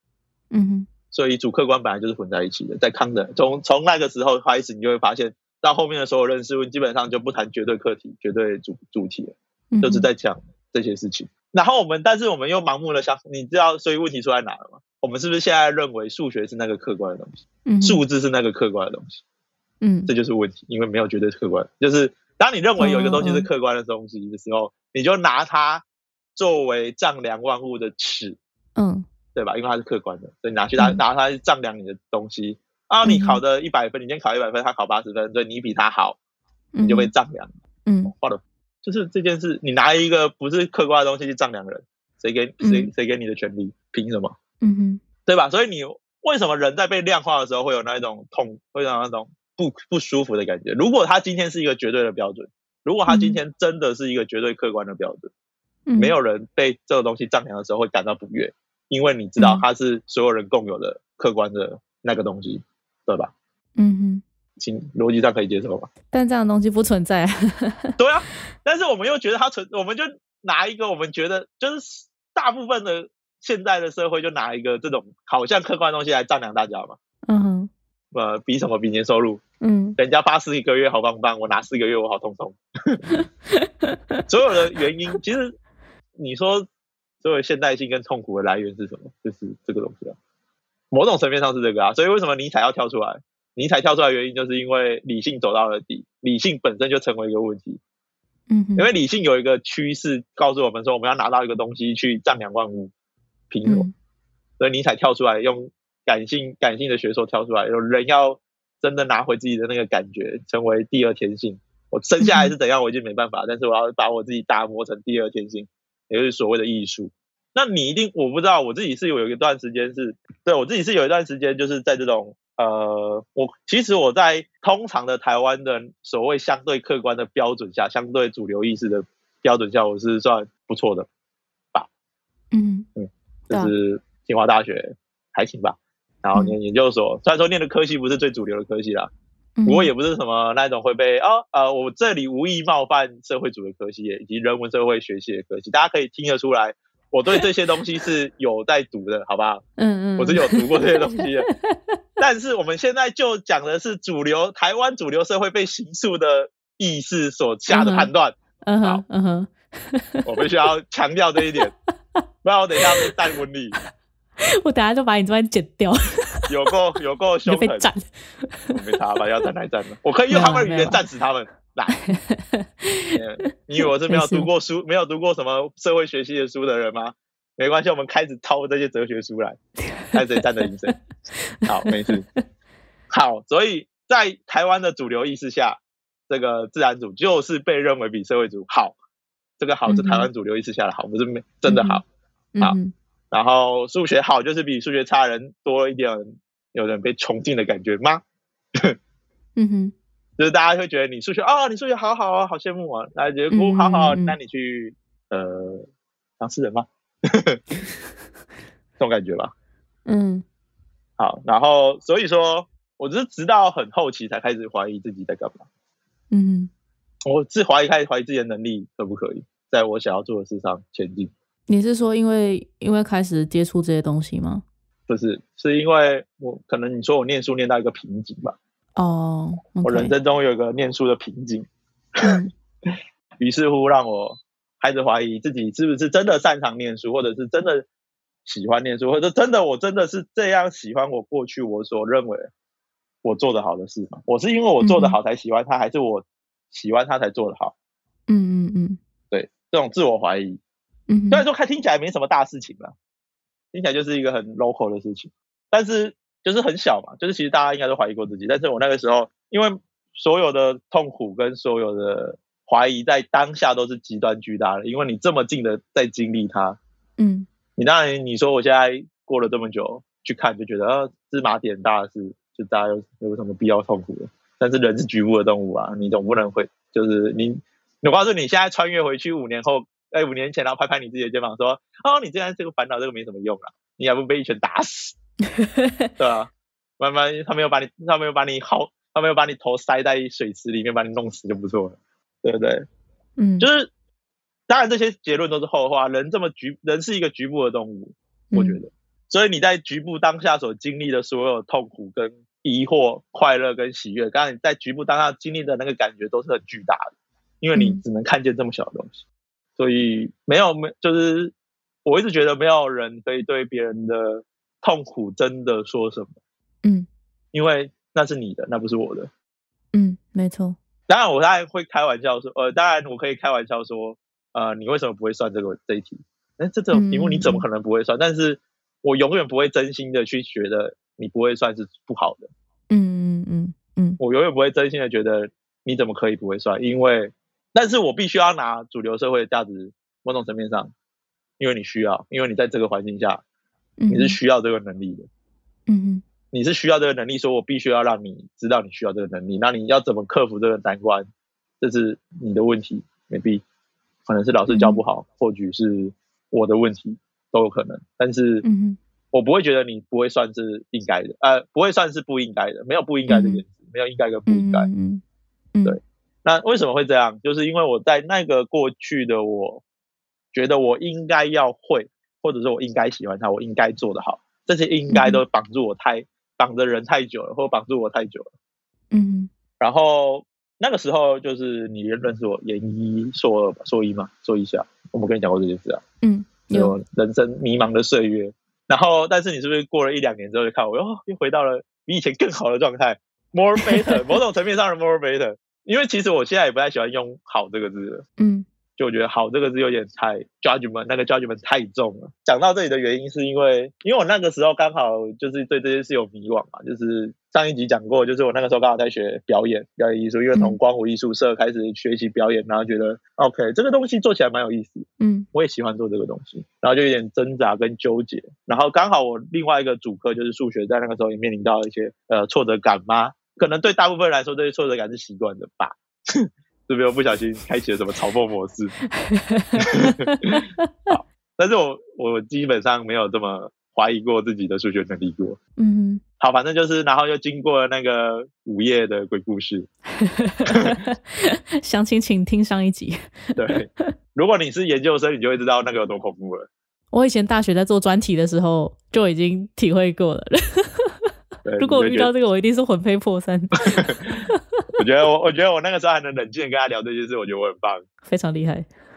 S2: 嗯哼
S1: 所以主客观本来就是混在一起的。在康德从从那个时候开始，你就会发现到后面的所有认识论基本上就不谈绝对客体、绝对主主体了，
S2: 嗯哼，
S1: 就是在讲这些事情。然后我们，但是我们又盲目的相，你知道，所以问题出在哪了吗？我们是不是现在认为数学是那个客观的东西，
S2: 嗯哼
S1: 数字是那个客观的东西？
S2: 嗯
S1: 这就是问题，因为没有绝对客观。就是当你认为有一个东西
S2: 嗯
S1: 是客观的东西的时候，你就拿它作为丈量万物的尺，
S2: 嗯
S1: 对吧？因为它是客观的，所以拿去它、
S2: 嗯
S1: 拿它去丈量你的东西。啊，你
S2: 嗯
S1: 考的一百分，你今天考一百分，他考八十分，所以你比他好，
S2: 嗯
S1: 你就被丈量。
S2: 嗯
S1: 画的，就是这件事，你拿一个不是客观的东西去丈量人，谁给谁
S2: 嗯
S1: 谁给你的权利？凭什么？
S2: 嗯哼
S1: 对吧？所以你为什么人在被量化的时候会有那一种痛，会有那种不不舒服的感觉？如果他今天是一个绝对的标准，如果他今天真的是一个绝对客观的标准，
S2: 嗯
S1: 没有人被这个东西丈量的时候会感到不悦，因为你知道
S2: 嗯
S1: 它是所有人共有的客观的那个东西，对吧？
S2: 嗯哼，
S1: 请逻辑上可以接受 吧？
S2: 但这样的东西不存在。
S1: 对啊，但是我们又觉得它存，我们就拿一个我们觉得就是大部分的现在的社会就拿一个这种好像客观的东西来丈量大家嘛。
S2: 嗯哼
S1: 呃，比什么比年收入，
S2: 嗯
S1: 人家发四个月好棒棒，我拿四个月我好痛痛。所有的原因，其实你说所有现代性跟痛苦的来源是什么？就是这个东西啊。某种层面上是这个啊，所以为什么尼采要跳出来？尼采跳出来的原因就是因为理性走到了底，理性本身就成为一个问题，
S2: 嗯哼，
S1: 因为理性有一个趋势告诉我们说，我们要拿到一个东西去丈量万物、平衡，
S2: 嗯
S1: 所以尼采跳出来用感性感性的学说跳出来，有人要真的拿回自己的那个感觉，成为第二天性。我生下来是怎样，我已经没办法，但是我要把我自己打磨成第二天性，也就是所谓的艺术。那你一定我不知道，我自己是有一段时间是对我自己是有一段时间就是在这种呃，我其实我在通常的台湾的所谓相对客观的标准下，相对主流意识的标准下，我是算不错的，
S2: 嗯对
S1: 就
S2: 啊
S1: 是清华大学还行吧。然后念研究所，虽然说念的科系不是最主流的科系啦，
S2: 嗯，
S1: 不过也不是什么那种会被哦呃，我这里无意冒犯社会主流科系以及人文社会学系的科系，大家可以听得出来，我对这些东西是有在读的，好不好？
S2: 嗯嗯，
S1: 我是有读过这些东西 的。但是我们现在就讲的是主流台湾主流社会被形塑的意识所下的判断，
S2: 嗯
S1: 好
S2: 哼嗯哼，
S1: 我必须要强调这一 点，不然我等一下被带文理，
S2: 我等下就把你这边剪 掉，
S1: 有够有够
S2: 你
S1: 凶
S2: 就被
S1: 狠，
S2: 斩。
S1: 我没差吧？要站来站的，我可以用他们的语
S2: 没有
S1: 言
S2: 啊
S1: 战死他们。来，嗯你以为我是没有读过书、没有读过什么社会学系的书的人吗？没关系，我们开始掏这些哲学书来，看谁站得赢谁。好，没事。好，所以在台湾的主流意识下，这个自然组就是被认为比社会组好。这个好是台湾主流意识下的好，不是没真的好。好
S2: 嗯
S1: 然后数学好就是比数学差的人多一点，有人被崇敬的感觉吗？
S2: 嗯哼，
S1: 就是大家会觉得你数学啊、你数学好好啊，好羡慕啊，那觉得
S2: 嗯
S1: 哦，好好，
S2: 嗯嗯
S1: 那你去呃当诗人吧， 这种感觉吧。
S2: 嗯
S1: 好，然后所以说，我是直到很后期才开始怀疑自己在干嘛，
S2: 嗯哼，
S1: 我自怀疑开始怀疑自己的能力可不可以在我想要做的事上前进，
S2: 你是说因为因为开始接触这些东西吗？
S1: 不是是因为我可能你说我念书念到一个瓶颈吧，
S2: 哦，
S1: 我
S2: OK
S1: 人生中有一个念书的瓶颈，
S2: 嗯
S1: 于是乎让我开始怀疑自己是不是真的擅长念书，或者是真的喜欢念书，或者真的我真的是这样喜欢我过去我所认为我做得好的事吗？我是因为我做得好才喜欢它，还是我喜欢它才做得好？
S2: 嗯嗯嗯
S1: 对，这种自我怀疑，
S2: 嗯
S1: 虽
S2: 哼
S1: 然，说看听起来没什么大事情啦，听起来就是一个很 local 的事情，但是就是很小嘛，就是其实大家应该都怀疑过自己，但是我那个时候因为所有的痛苦跟所有的怀疑在当下都是极端巨大的，因为你这么近的在经历它，
S2: 嗯
S1: 你当然你说我现在过了这么久去看就觉得啊芝麻点大的事，就大家有有什么必要痛苦的？但是人是局部的动物啊，你总不能会就是你，我告诉你，现在穿越回去五年后，哎，五年前，然后拍拍你自己的肩膀说，哦，你这样这个烦恼，这个没什么用啊，你还不被一拳打死，对啊，慢慢他没有把你，他没有把你好，他没有把你头塞在水池里面把你弄死就不错了，对不对？
S2: 嗯，
S1: 就是当然这些结论都是后话，人这么局，人是一个局部的动物，我觉
S2: 嗯
S1: 得。所以你在局部当下所经历的所有痛苦、跟疑惑、快乐跟喜悦，刚刚你在局部当下经历的那个感觉都是很巨大的，因为你
S2: 嗯
S1: 只能看见这么小的东西，所以没有没就是我一直觉得没有人可以对别人的痛苦真的说什么，
S2: 嗯
S1: 因为那是你的，那不是我的。
S2: 嗯，没错，
S1: 当然，我当然会开玩笑说，呃，当然我可以开玩笑说，呃，你为什么不会算这个这一题？哎，这种题目
S2: 嗯
S1: 你怎么可能不会算？但是我永远不会真心的去觉得你不会算是不好的，
S2: 嗯嗯嗯嗯
S1: 我永远不会真心的觉得你怎么可以不会算，因为，但是我必须要拿主流社会的价值某种层面上，因为你需要，因为你在这个环境下
S2: 嗯，
S1: 你是需要这个能力的。
S2: 嗯
S1: 你是需要这个能力，所以我必须要让你知道你需要这个能力。那你要怎么克服这个难关，这是你的问题，maybe 可能是老师教不好，或许是我的问题，都有可能。但是
S2: 嗯嗯
S1: 我不会觉得你不会算是应该的，呃，不会算是不应该的，没有不应该这件事，没有应该跟不应
S2: 嗯
S1: 该。
S2: 嗯嗯，
S1: 对那为什么会这样？就是因为我在那个过去的我，觉得我应该要会，或者说我应该喜欢它，我应该做得好，这些应该都绑住我太绑着人太久了，或绑住我太久了。
S2: 嗯
S1: 然后那个时候就是你认识我研一硕二吧，硕一嘛，硕一下，我们跟你讲过这件事啊，
S2: 嗯
S1: 就是
S2: 有
S1: 我人生迷茫的岁月。然后，但是你是不是过了一两年之后就看我，哦，又回到了比以前更好的状态，more better，某种层面上的 more better。因为其实我现在也不太喜欢用“好”这个字了，
S2: 嗯
S1: 就我觉得“好”这个字有点太 judgment，那个 judgment 太重了。讲到这里的原因是因为，因为我那个时候刚好就是对这些事有迷惘嘛，就是上一集讲过，就是我那个时候刚好在学表演、表演艺术，因为从光湖艺术社开始学习表演，然后觉得 OK 这个东西做起来蛮有意思，
S2: 嗯
S1: 我也喜欢做这个东西，然后就有点挣扎跟纠结。然后刚好我另外一个主科就是数学，在那个时候也面临到一些呃挫折感嘛，可能对大部分人来说，这些挫折感是习惯的吧。 是不是又不小心开启了什么嘲讽模式？ 但是我我基本上没有这么怀疑过自己的数学能力过。
S2: 嗯
S1: 好，反正就是，然后又经过了那个午夜的鬼故事。
S2: 哼，详情请听上一集。
S1: 对，如果你是研究生，你就会知道那个有多恐怖了。
S2: 我以前大学在做专题的时候就已经体会过了。
S1: 对
S2: 如果我
S1: 你
S2: 遇
S1: 就觉
S2: 到
S1: 得
S2: 这个，我一定是魂飞魄散，
S1: 我觉得我我觉得我那个时候还能冷静地跟他聊这件事，我觉得我很棒。
S2: 非常厉害，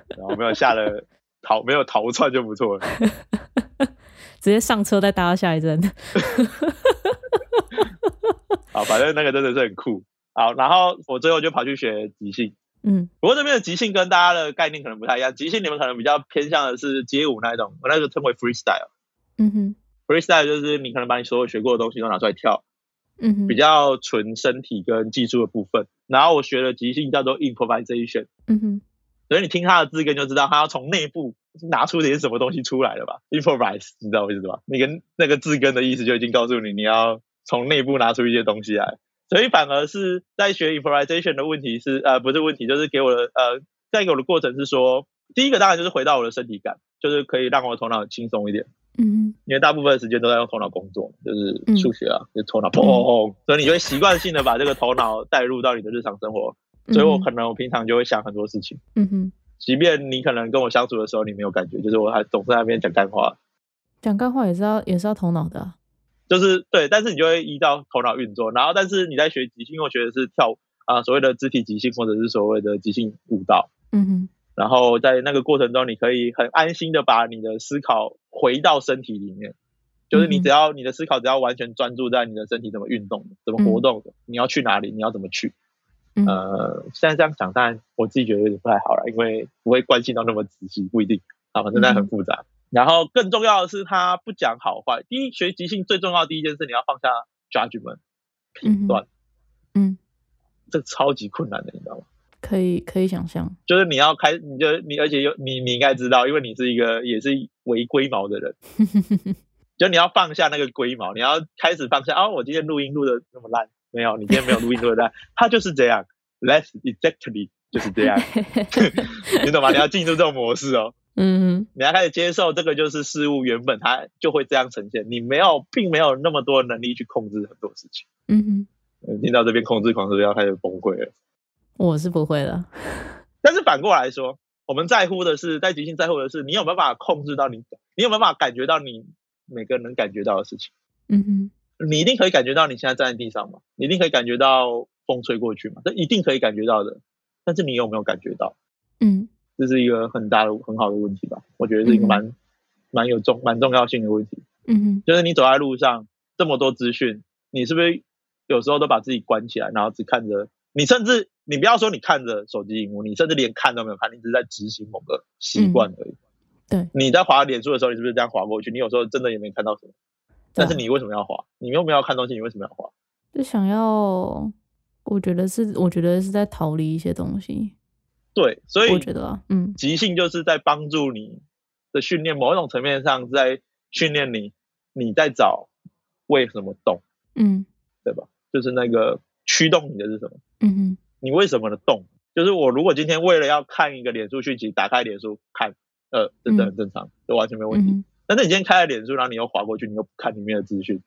S1: 然后没有下了逃，没有逃窜就不错了。
S2: 直接上车再搭到下一站。
S1: 好，反正那个真的是很酷。好，然后我最后就跑去学即兴。
S2: 嗯
S1: 不过这边的即兴跟大家的概念可能不太一样，即兴你们可能比较偏向的是街舞那一种，我那个称为 freestyle。
S2: 嗯哼
S1: freestyle 就是你可能把你所有学过的东西都拿出来跳，
S2: 嗯哼，
S1: 比较纯身体跟技术的部分。然后我学的即兴叫做 improvisation，
S2: 嗯哼
S1: 所以你听它的字根就知道它要从内部拿出点什么东西出来了吧？improvise，你知道我意思吧？你跟那个字根的意思就已经告诉你，你要从内部拿出一些东西来。所以反而是在学 improvisation 的问题是，呃，不是问题，就是给我的呃，带给我的过程是说，第一个当然就是回到我的身体感，就是可以让我的头脑轻松一点。
S2: 嗯
S1: 因为大部分的时间都在用头脑工作，就是数学啊，就头脑砰
S2: 嗯
S1: 砰砰，所以你就会习惯性的把这个头脑带入到你的日常生活。
S2: 哼，
S1: 所以我可能我平常就会想很多事情，
S2: 嗯哼
S1: 即便你可能跟我相处的时候你没有感觉，就是我还总是在那边讲干话，
S2: 讲干话也是要也是要头脑的啊、
S1: 就是对，但是你就会依照头脑运作。然后，但是你在学即兴，因为我学的是跳啊、所谓的肢体即兴或者是所谓的即兴舞蹈，
S2: 嗯哼
S1: 然后在那个过程中，你可以很安心的把你的思考回到身体里面，就是你
S2: 嗯
S1: 只要你的思考只要完全专注在你的身体怎么运动的、怎么活动的，你要去哪里，你要怎么去。
S2: 嗯
S1: 呃，现在这样讲，当然我自己觉得有点不太好了，因为不会关心到那么仔细，不一定啊，反正
S2: 嗯
S1: 那很复杂。然后更重要的是，他不讲好坏。第一，学即兴最重要的第一件事，你要放下 judgment 评断，
S2: 嗯，
S1: 这超级困难的，你知道吗？
S2: 可以可以想象，
S1: 就是你要开，你就你，而且有你，你应该知道，因为你是一个也是围龟毛的人，就你要放下那个龟毛，你要开始放下。哦，我今天录音录的那么烂，没有，你今天没有录音录的烂，他就是这样，that's exactly 就是这样，你懂吗？你要进入这种模式哦，
S2: 嗯
S1: 你要开始接受这个就是事物原本它就会这样呈现，你没有，并没有那么多能力去控制很多事情。
S2: 哼嗯哼，
S1: 嗯听到这边控制狂是不是要开始崩溃了？
S2: 我是不会的，
S1: 但是反过来说，我们在乎的是，在即兴在乎的是，你有没有办法控制到你，你有没有办法感觉到你每个人能感觉到的事情？
S2: 嗯哼
S1: 你一定可以感觉到你现在站在地上嘛，你一定可以感觉到风吹过去嘛，这一定可以感觉到的。但是你有没有感觉到？
S2: 嗯
S1: 这是一个很大的、很好的问题吧？我觉得是一个蛮、蛮有重、蛮重要性的问题。
S2: 嗯哼
S1: 就是你走在路上，这么多资讯，你是不是有时候都把自己关起来，然后只看着你，甚至你不要说你看着手机荧幕，你甚至连看都没有看，你只是在执行某个习惯而已。
S2: 嗯对
S1: 你在滑脸书的时候，你是不是这样滑过去？你有时候真的也没看到什么，但是你为什么要滑？你又没有看东西，你为什么要滑？
S2: 啊就想要，我觉得是，我觉得是在逃离一些东西，
S1: 对，所
S2: 我
S1: 以
S2: 觉得啊，嗯
S1: 即兴就是在帮助你的训练，某一种层面上是在训练你，你在找为什么动，
S2: 嗯
S1: 对吧？就是那个驱动你的是什么？
S2: 嗯哼
S1: 你为什么的动？就是我如果今天为了要看一个脸书讯息，打开脸书看，呃，这这很正常，这完全没问
S2: 嗯
S1: 题。
S2: 哼
S1: 但是你今天开了脸书，然后你又滑过去，你又不看里面的资讯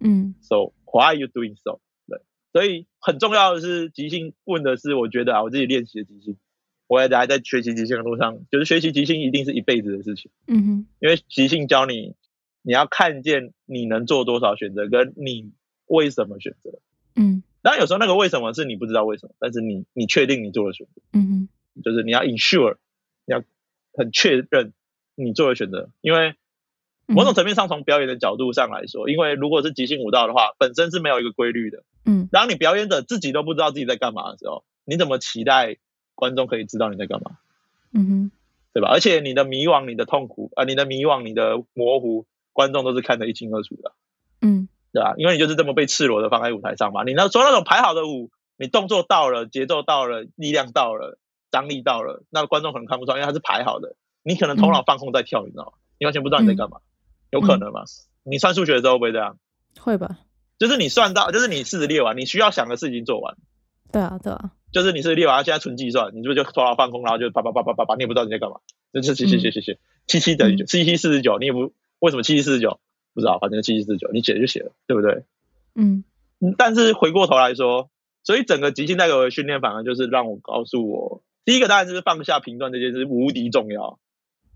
S2: 嗯
S1: ，so why are you doing so？对，所以很重要的是即兴问的是，我觉得啊，我自己练习的即兴，我也还在学习即兴的路上，就是学习即兴一定是一辈子的事情，
S2: 嗯哼
S1: 因为即兴教你，你要看见你能做多少选择，跟你为什么选择。
S2: 嗯
S1: 当然有时候那个为什么是你不知道为什么，但是你你确定你做了选择。
S2: 嗯哼
S1: 就是你要 ensure，你要很确认你做的选择，因为某
S2: 嗯
S1: 种层面上从表演的角度上来说，因为如果是即兴舞蹈的话，本身是没有一个规律的。
S2: 嗯
S1: 当你表演者自己都不知道自己在干嘛的时候，你怎么期待观众可以知道你在干嘛？
S2: 嗯
S1: 对吧？而且你的迷惘、你的痛苦啊、呃你的迷惘、你的模糊，观众都是看得一清二楚的，
S2: 哼，嗯
S1: 对吧？因为你就是这么被赤裸的放在舞台上嘛。你那说那种排好的舞，你动作到了，节奏到了，力量到了，张力到了，那观众可能看不出来，因为它是排好的。你可能头脑放空在跳，你知道吗？你完全不知道你在干嘛，有可能嘛？你算数学的时候会不会这样？
S2: 会吧？
S1: 就是你算到，就是你四十列完，你需要想的事情做完。
S2: 对啊，对啊，
S1: 就是你是列完，现在纯计算，你是不是就头脑放空，然后就叭叭叭叭叭叭，你也不知道你在干嘛，就是七七七七七七七等于九，七七四十九，你也不为什么七七四十九不知道，反正七七四十九，你写就写了，对不对？
S2: 嗯
S1: 嗯但是回过头来说，所以整个即兴带给我的训练，反而就是让我告诉我，第一个当然就是放下评断这件事无敌重要，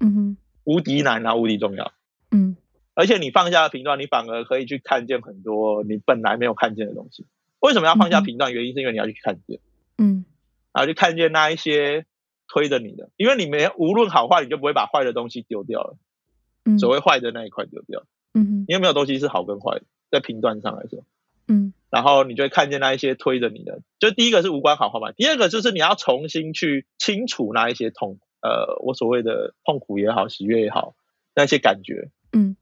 S2: 嗯哼，
S1: 无敌难啊，无敌重要。
S2: 嗯
S1: 而且你放下评断，你反而可以去看见很多你本来没有看见的东西。为什么要放下评断？原因是因为你要去看见。
S2: 嗯
S1: 然后就看见那一些推着你的，因为你没无论好坏，你就不会把坏的东西丢掉了，
S2: 嗯，
S1: 所谓坏的那一块丢掉，
S2: 嗯哼
S1: 因为没有东西是好跟坏的，在评断上来说，
S2: 嗯
S1: 然后你就会看见那一些推着你的，就第一个是无关好坏嘛，第二个就是你要重新去清除那一些痛，呃，我所谓的痛苦也好，喜悦也好，那些感觉，
S2: 嗯，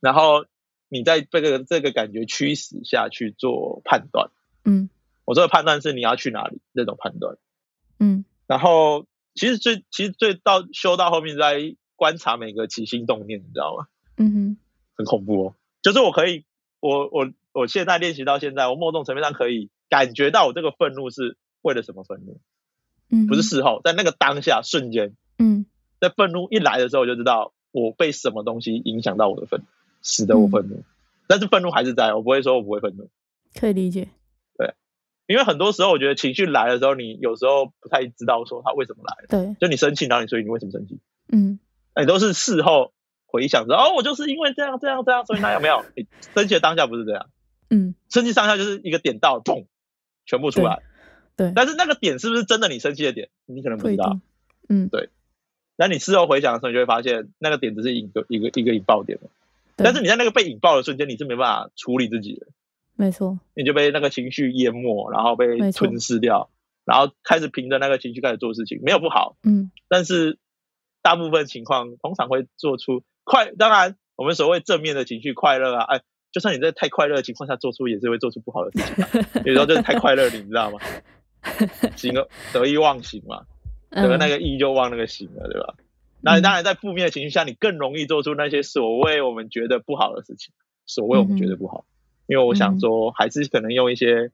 S1: 然后你在这个这个感觉驱使下去做判断，
S2: 嗯
S1: 我这个判断是你要去哪里这种判断。
S2: 嗯
S1: 然后其实最其实最到修到后面在观察每个起心动念，你知道吗？
S2: 嗯哼
S1: 很恐怖哦。就是我可以，我我我现在练习到现在，我某种层面上可以感觉到我这个愤怒是为了什么愤怒，
S2: 嗯，
S1: 不是事后，在那个当下瞬间，
S2: 嗯
S1: 在愤怒一来的时候，我就知道我被什么东西影响到我的愤，使得我愤怒。但是愤怒还是在，我不会说我不会愤怒，
S2: 可以理解，
S1: 因为很多时候我觉得情绪来的时候，你有时候不太知道说它为什么来，
S2: 对，
S1: 就你生气，然后你说你为什么生气。
S2: 嗯
S1: 你都是事后回想着，哦，我就是因为这样这样这样，所以那样没有。你生气的当下不是这样，
S2: 嗯
S1: 生气当下就是一个点到，砰，全部出来。
S2: 对，
S1: 但是那个点是不是真的你生气的点，你可能不
S2: 不
S1: 知
S2: 一
S1: 道
S2: 定。，嗯
S1: 那你事后回想的时候，你就会发现那个点只是一个一个一个引爆点了
S2: 对
S1: 但是你在那个被引爆的瞬间，你是没办法处理自己的，
S2: 没错，
S1: 你就被那个情绪淹没，然后被
S2: 没错
S1: 吞噬掉，然后开始凭着那个情绪开始做事情，没有不好，
S2: 嗯
S1: 但是大部分情况通常会做出快，当然我们所谓正面的情绪快乐啊，哎，就算你在太快乐的情况下做出，也是会做出不好的事情、啊，有时候就是太快乐了，你知道吗？行了，得意忘形嘛，得那
S2: 嗯
S1: 个意就忘那个形了，对吧？那
S2: 嗯
S1: 当然，在负面的情绪下，你更容易做出那些所谓我们觉得不好的事情，所谓我们觉
S2: 嗯
S1: 得不好，因为我想说，还是可能用一些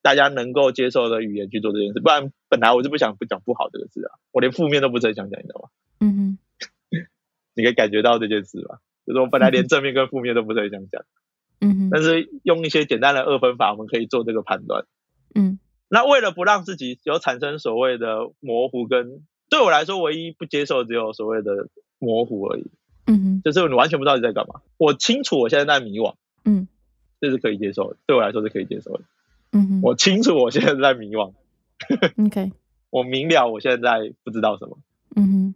S1: 大家能够接受的语言去做这件事，不然本来我是不想不讲不好这个字啊，我连负面都不是很想讲，你知道吗？
S2: 嗯哼
S1: 你可以感觉到这件事吧？就是我本来连正面跟负面都不是很想讲，
S2: 嗯哼
S1: 但是用一些简单的二分法，我们可以做这个判断。
S2: 嗯
S1: 那为了不让自己有产生所谓的模糊跟，对我来说，唯一不接受只有所谓的模糊而已，
S2: 嗯哼
S1: 就是你完全不知道你在干嘛。我清楚我现在在迷惘，
S2: 嗯
S1: 这是可以接受的，对我来说是可以接受的。
S2: 嗯哼
S1: 我清楚我现在在迷惘，
S2: ，OK，
S1: 我明了我现在不知道什么，
S2: 嗯哼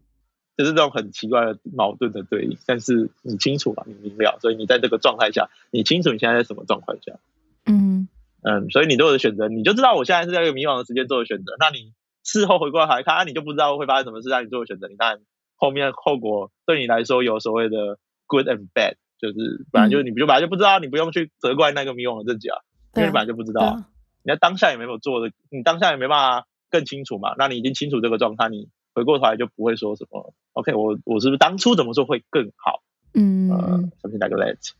S1: 就是这种很奇怪的矛盾的对立。但是你清楚嘛，你明了，所以你在这个状态下，你清楚你现在在什么状况下，
S2: 嗯哼
S1: 嗯，所以你做的选择，你就知道我现在是在一个迷惘的时间做的选择。那你事后回过头来看，啊、你就不知道会发生什么事让你做的选择。你当然后面后果对你来说有所谓的 good and bad，就是本来就你就本来就不知道，你不用去责怪那个迷惘的自己啊，因
S2: 嗯对
S1: 为
S2: 啊
S1: 你本来就不知道
S2: 对
S1: 啊、
S2: 啊，
S1: 你在当下也没有做的，你当下也没办法更清楚嘛。那你已经清楚这个状态，你回过头来就不会说什么 OK，我我是不是当初怎么做会更好？
S2: 嗯
S1: 呃
S2: 嗯
S1: ，something like that。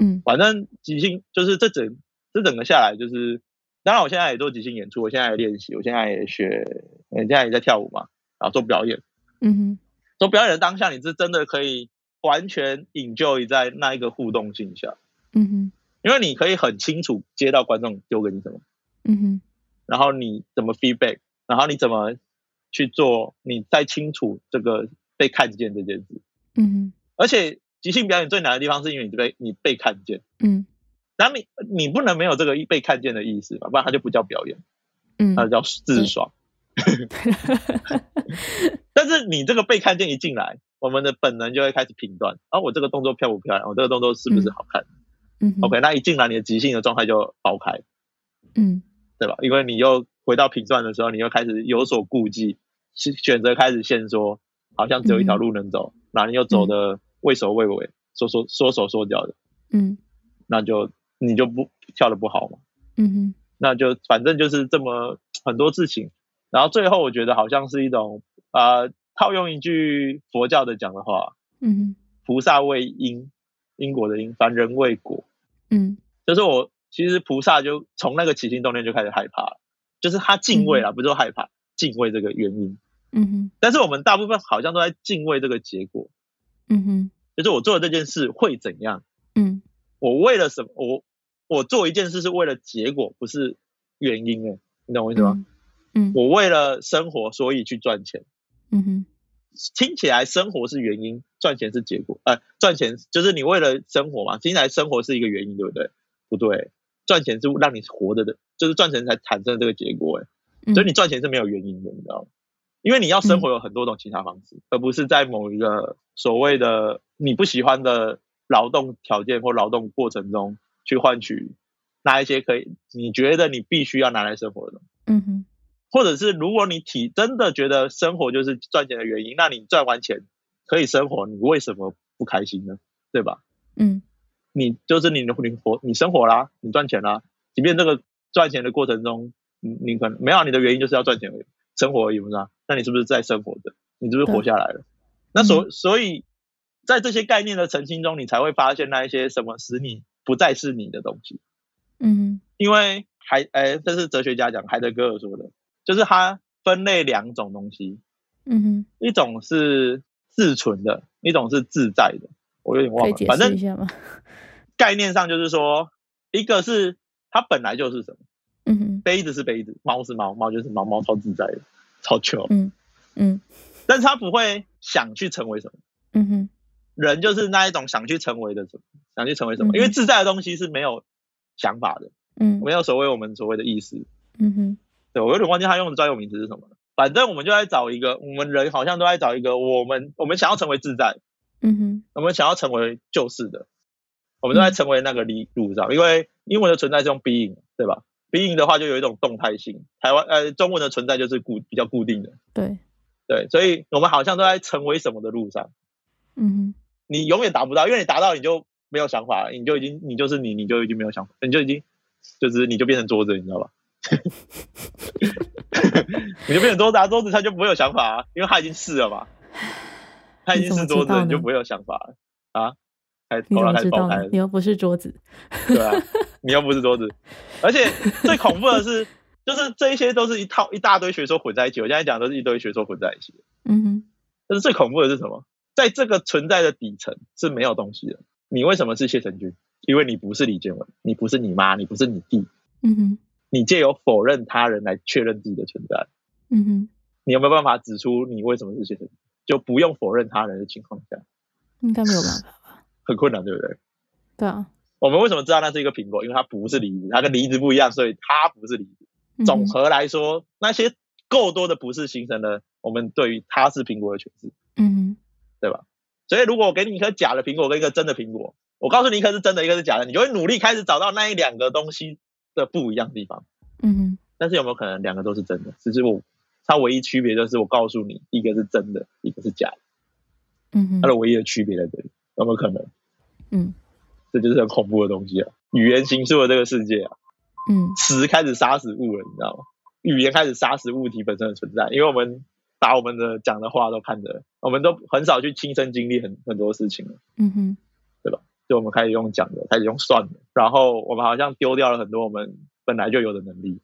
S2: 嗯
S1: 反正即兴就是这整这整个下来就是，当然我现在也做即兴演出，我现在也练习，我现在也学，我现在也在跳舞嘛，然后做表演。
S2: 嗯哼
S1: 做表演的当下，你是真的可以完全 enjoy 在那一个互动性下，
S2: 嗯哼
S1: 因为你可以很清楚接到观众丢给你什么，
S2: 嗯哼
S1: 然后你怎么 feedback，然后你怎么去做，你再清楚这个被看见这件事。
S2: 嗯哼
S1: 而且即兴表演最难的地方是因为你被你被看见。
S2: 嗯
S1: 然后你你不能没有这个被看见的意思吧，不然它就不叫表演，
S2: 嗯
S1: 它叫自 爽。但是你这个被看见一进来，我们的本能就会开始评断，啊，我这个动作漂不漂亮，我这个动作是不是好看、
S2: 嗯哼
S1: o k 那一进来你的即兴的状态就爆开，
S2: 嗯
S1: 对吧？因为你又回到评算的时候，你又开始有所顾忌，是选择开始限缩，好像只有一
S2: 嗯
S1: 条路能走，然后你又走的畏首畏尾，缩手缩手缩脚的，
S2: 嗯
S1: 那就你就不跳的不好嘛。
S2: 嗯
S1: 那就反正就是这么很多事情。然后最后我觉得好像是一种呃，套用一句佛教的讲的话，
S2: 哼嗯
S1: 菩萨为因，因果的因，凡人为果。
S2: 哼嗯
S1: 就是我其实菩萨就从那个起心动念就开始害怕了，就是他敬畏啦，啊不是说害怕，敬畏这个原因。
S2: 嗯哼
S1: 但是我们大部分好像都在敬畏这个结果，
S2: 嗯哼
S1: 就是我做的这件事会怎样？
S2: 嗯
S1: 我为了什么？我我做一件事是为了结果，不是原因、欸。你懂我意思吗？
S2: 嗯嗯
S1: 我为了生活，所以去赚钱。
S2: 嗯哼
S1: 听起来生活是原因，赚钱是结果。呃，赚钱就是你为了生活嘛，听起来生活是一个原因，对不对？不对，赚钱是让你活着的，就是赚钱才产生这个结果。哎，
S2: 嗯，
S1: 所以你赚钱是没有原因的，你知道吗？因为你要生活有很多种其他方式，而不是在某一个所谓的你不喜欢的劳动条件或劳动过程中去换取那一些可以你觉得你必须要拿来生活的东西。
S2: 嗯哼
S1: 或者是如果你体真的觉得生活就是赚钱的原因，那你赚完钱可以生活，你为什么不开心呢？对吧？
S2: 嗯
S1: 你就是你你活你生活啦，你赚钱啦，即便这个赚钱的过程中，你你可能没有啊你的原因就是要赚钱而已，生活而已不是吗？啊那你是不是在生活着？你是不是活下来了？那所所以在这些概念的澄清中，你才会发现那一些什么使你不再是你的东西。
S2: 嗯哼
S1: 因为海，哎，这是哲学家讲海德格尔说的，就是他分类两种东西，
S2: 嗯哼，
S1: 一种是自存的，一种是自在的。我有点
S2: 可
S1: 忘
S2: 以
S1: 了
S2: 解，
S1: 反
S2: 释一
S1: 正
S2: 下吗？
S1: 概念上就是说，一个是它本来就是什么，
S2: 嗯哼
S1: 杯子是杯子，猫是猫，猫就是猫，猫超自在的，超 chill，
S2: 嗯嗯
S1: 但是它不会想去成为什么。
S2: 嗯哼
S1: 人就是那一种想去成为的什么，想去成为什么，
S2: 嗯
S1: 因为自在的东西是没有想法的，
S2: 嗯
S1: 没有所谓我们所谓的意识。
S2: 嗯哼
S1: 对我有点忘记他用的专有名词是什么了。反正我们就在找一个，我们人好像都在找一个我们我们想要成为自在，
S2: 嗯哼
S1: 我们想要成为救世的，我们都在成为那个理路上。因为英文的存在是用 being，对吧？being 的话就有一种动态性，台湾呃中文的存在就是固比较固定的，
S2: 对
S1: 对，所以我们好像都在成为什么的路上。
S2: 嗯
S1: 你永远达不到，因为你达到你就没有想法了，你就已经你就是你，你就已经没有想法，你就已经就是你就变成桌子，你知道吧？ 你就变成桌子、啊，桌子它就不会有想法、啊，因为它已经试了嘛，它已经试桌
S2: 你怎么知
S1: 子
S2: 道
S1: 了，
S2: 呢
S1: 你就不会有想法了啊！开
S2: 哼，你
S1: 头脑
S2: 怎么
S1: 开
S2: 知
S1: 始爆
S2: 道
S1: 开
S2: 呢
S1: 了？
S2: 你，又不是桌子，
S1: 对啊，你又不是桌子，而且最恐怖的是，就是这一些都是一套一大堆学说混在一起，我现在讲的都是一堆学说混在一起的，
S2: 嗯哼
S1: 但是最恐怖的是什么？在这个存在的底层是没有东西的。你为什么是谢成军？因为你不是李建文，你不是你妈，你不是你弟，
S2: 嗯哼
S1: 你借由否认他人来确认自己的存在。
S2: 嗯哼
S1: 你有没有办法指出你为什么是谢成军？就不用否认他人的情况下，
S2: 应该没有办法，
S1: 很困难，对不对？
S2: 对啊，
S1: 我们为什么知道那是一个苹果？因为它不是梨子，它跟梨子不一样，所以它不是梨子。
S2: 嗯哼
S1: 总和来说，那些够多的不是形成了我们对于它是苹果的诠释。
S2: 嗯哼
S1: 所以如果我给你一颗假的苹果跟一个真的苹果，我告诉你一颗是真的，一个是假的，你就会努力开始找到那一两个东西的不一样的地方。
S2: 嗯哼
S1: 但是有没有可能两个都是真的？只是我它唯一区别就是我告诉你，一个是真的，一个是假的，
S2: 嗯哼
S1: 它的唯一的区别在这里，有没有可能？
S2: 嗯
S1: 这就是很恐怖的东西啊！语言形塑了这个世界啊，
S2: 嗯
S1: 词开始杀死物了，你知道吗？语言开始杀死物体本身的存在，因为我们把我们的讲的话都看得，我们都很少去亲身经历很很多事情了。
S2: 嗯哼
S1: 就我们开始用讲的，开始用算的，然后我们好像丢掉了很多我们本来就有的能力，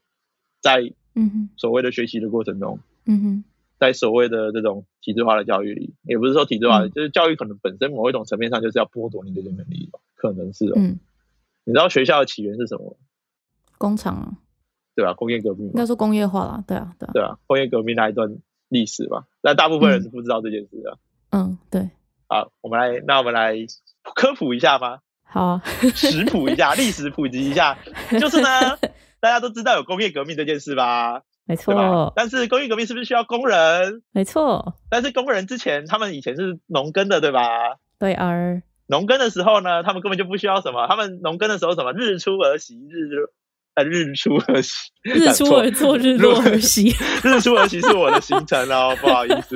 S1: 在
S2: 嗯哼
S1: 所谓的学习的过程中，
S2: 嗯哼
S1: 在所谓的这种体制化的教育里，也不是说体制化，
S2: 嗯
S1: 就是教育可能本身某一种层面上就是要剥夺你这些能力吧，可能是、哦。
S2: 嗯，
S1: 你知道学校的起源是什么吗？
S2: 工厂啊，
S1: 对吧、工业革命
S2: 应
S1: 嘛，
S2: 该说工业化啦，对啊对啊，
S1: 对吧、工业革命那一段历史吧，但大部分人是不知道这件事的、
S2: 嗯对，
S1: 啊。我们来，那我们来科普一下吗？
S2: 好啊，
S1: 食谱一 下，历史普及一下，就是呢，大家都知道有工业革命这件事吧，
S2: 没
S1: 对吧
S2: 错？
S1: 但是工业革命是不是需要工人？
S2: 没错，
S1: 但是工人之前，他们以前是农耕的，对吧？
S2: 对儿，
S1: 农耕的时候呢，他们根本就不需要什么，他们农耕的时候什么日出而息，日呃日出而息，
S2: 日出而作，日落而息。
S1: 日出而息是我的行程哦， 不好意思，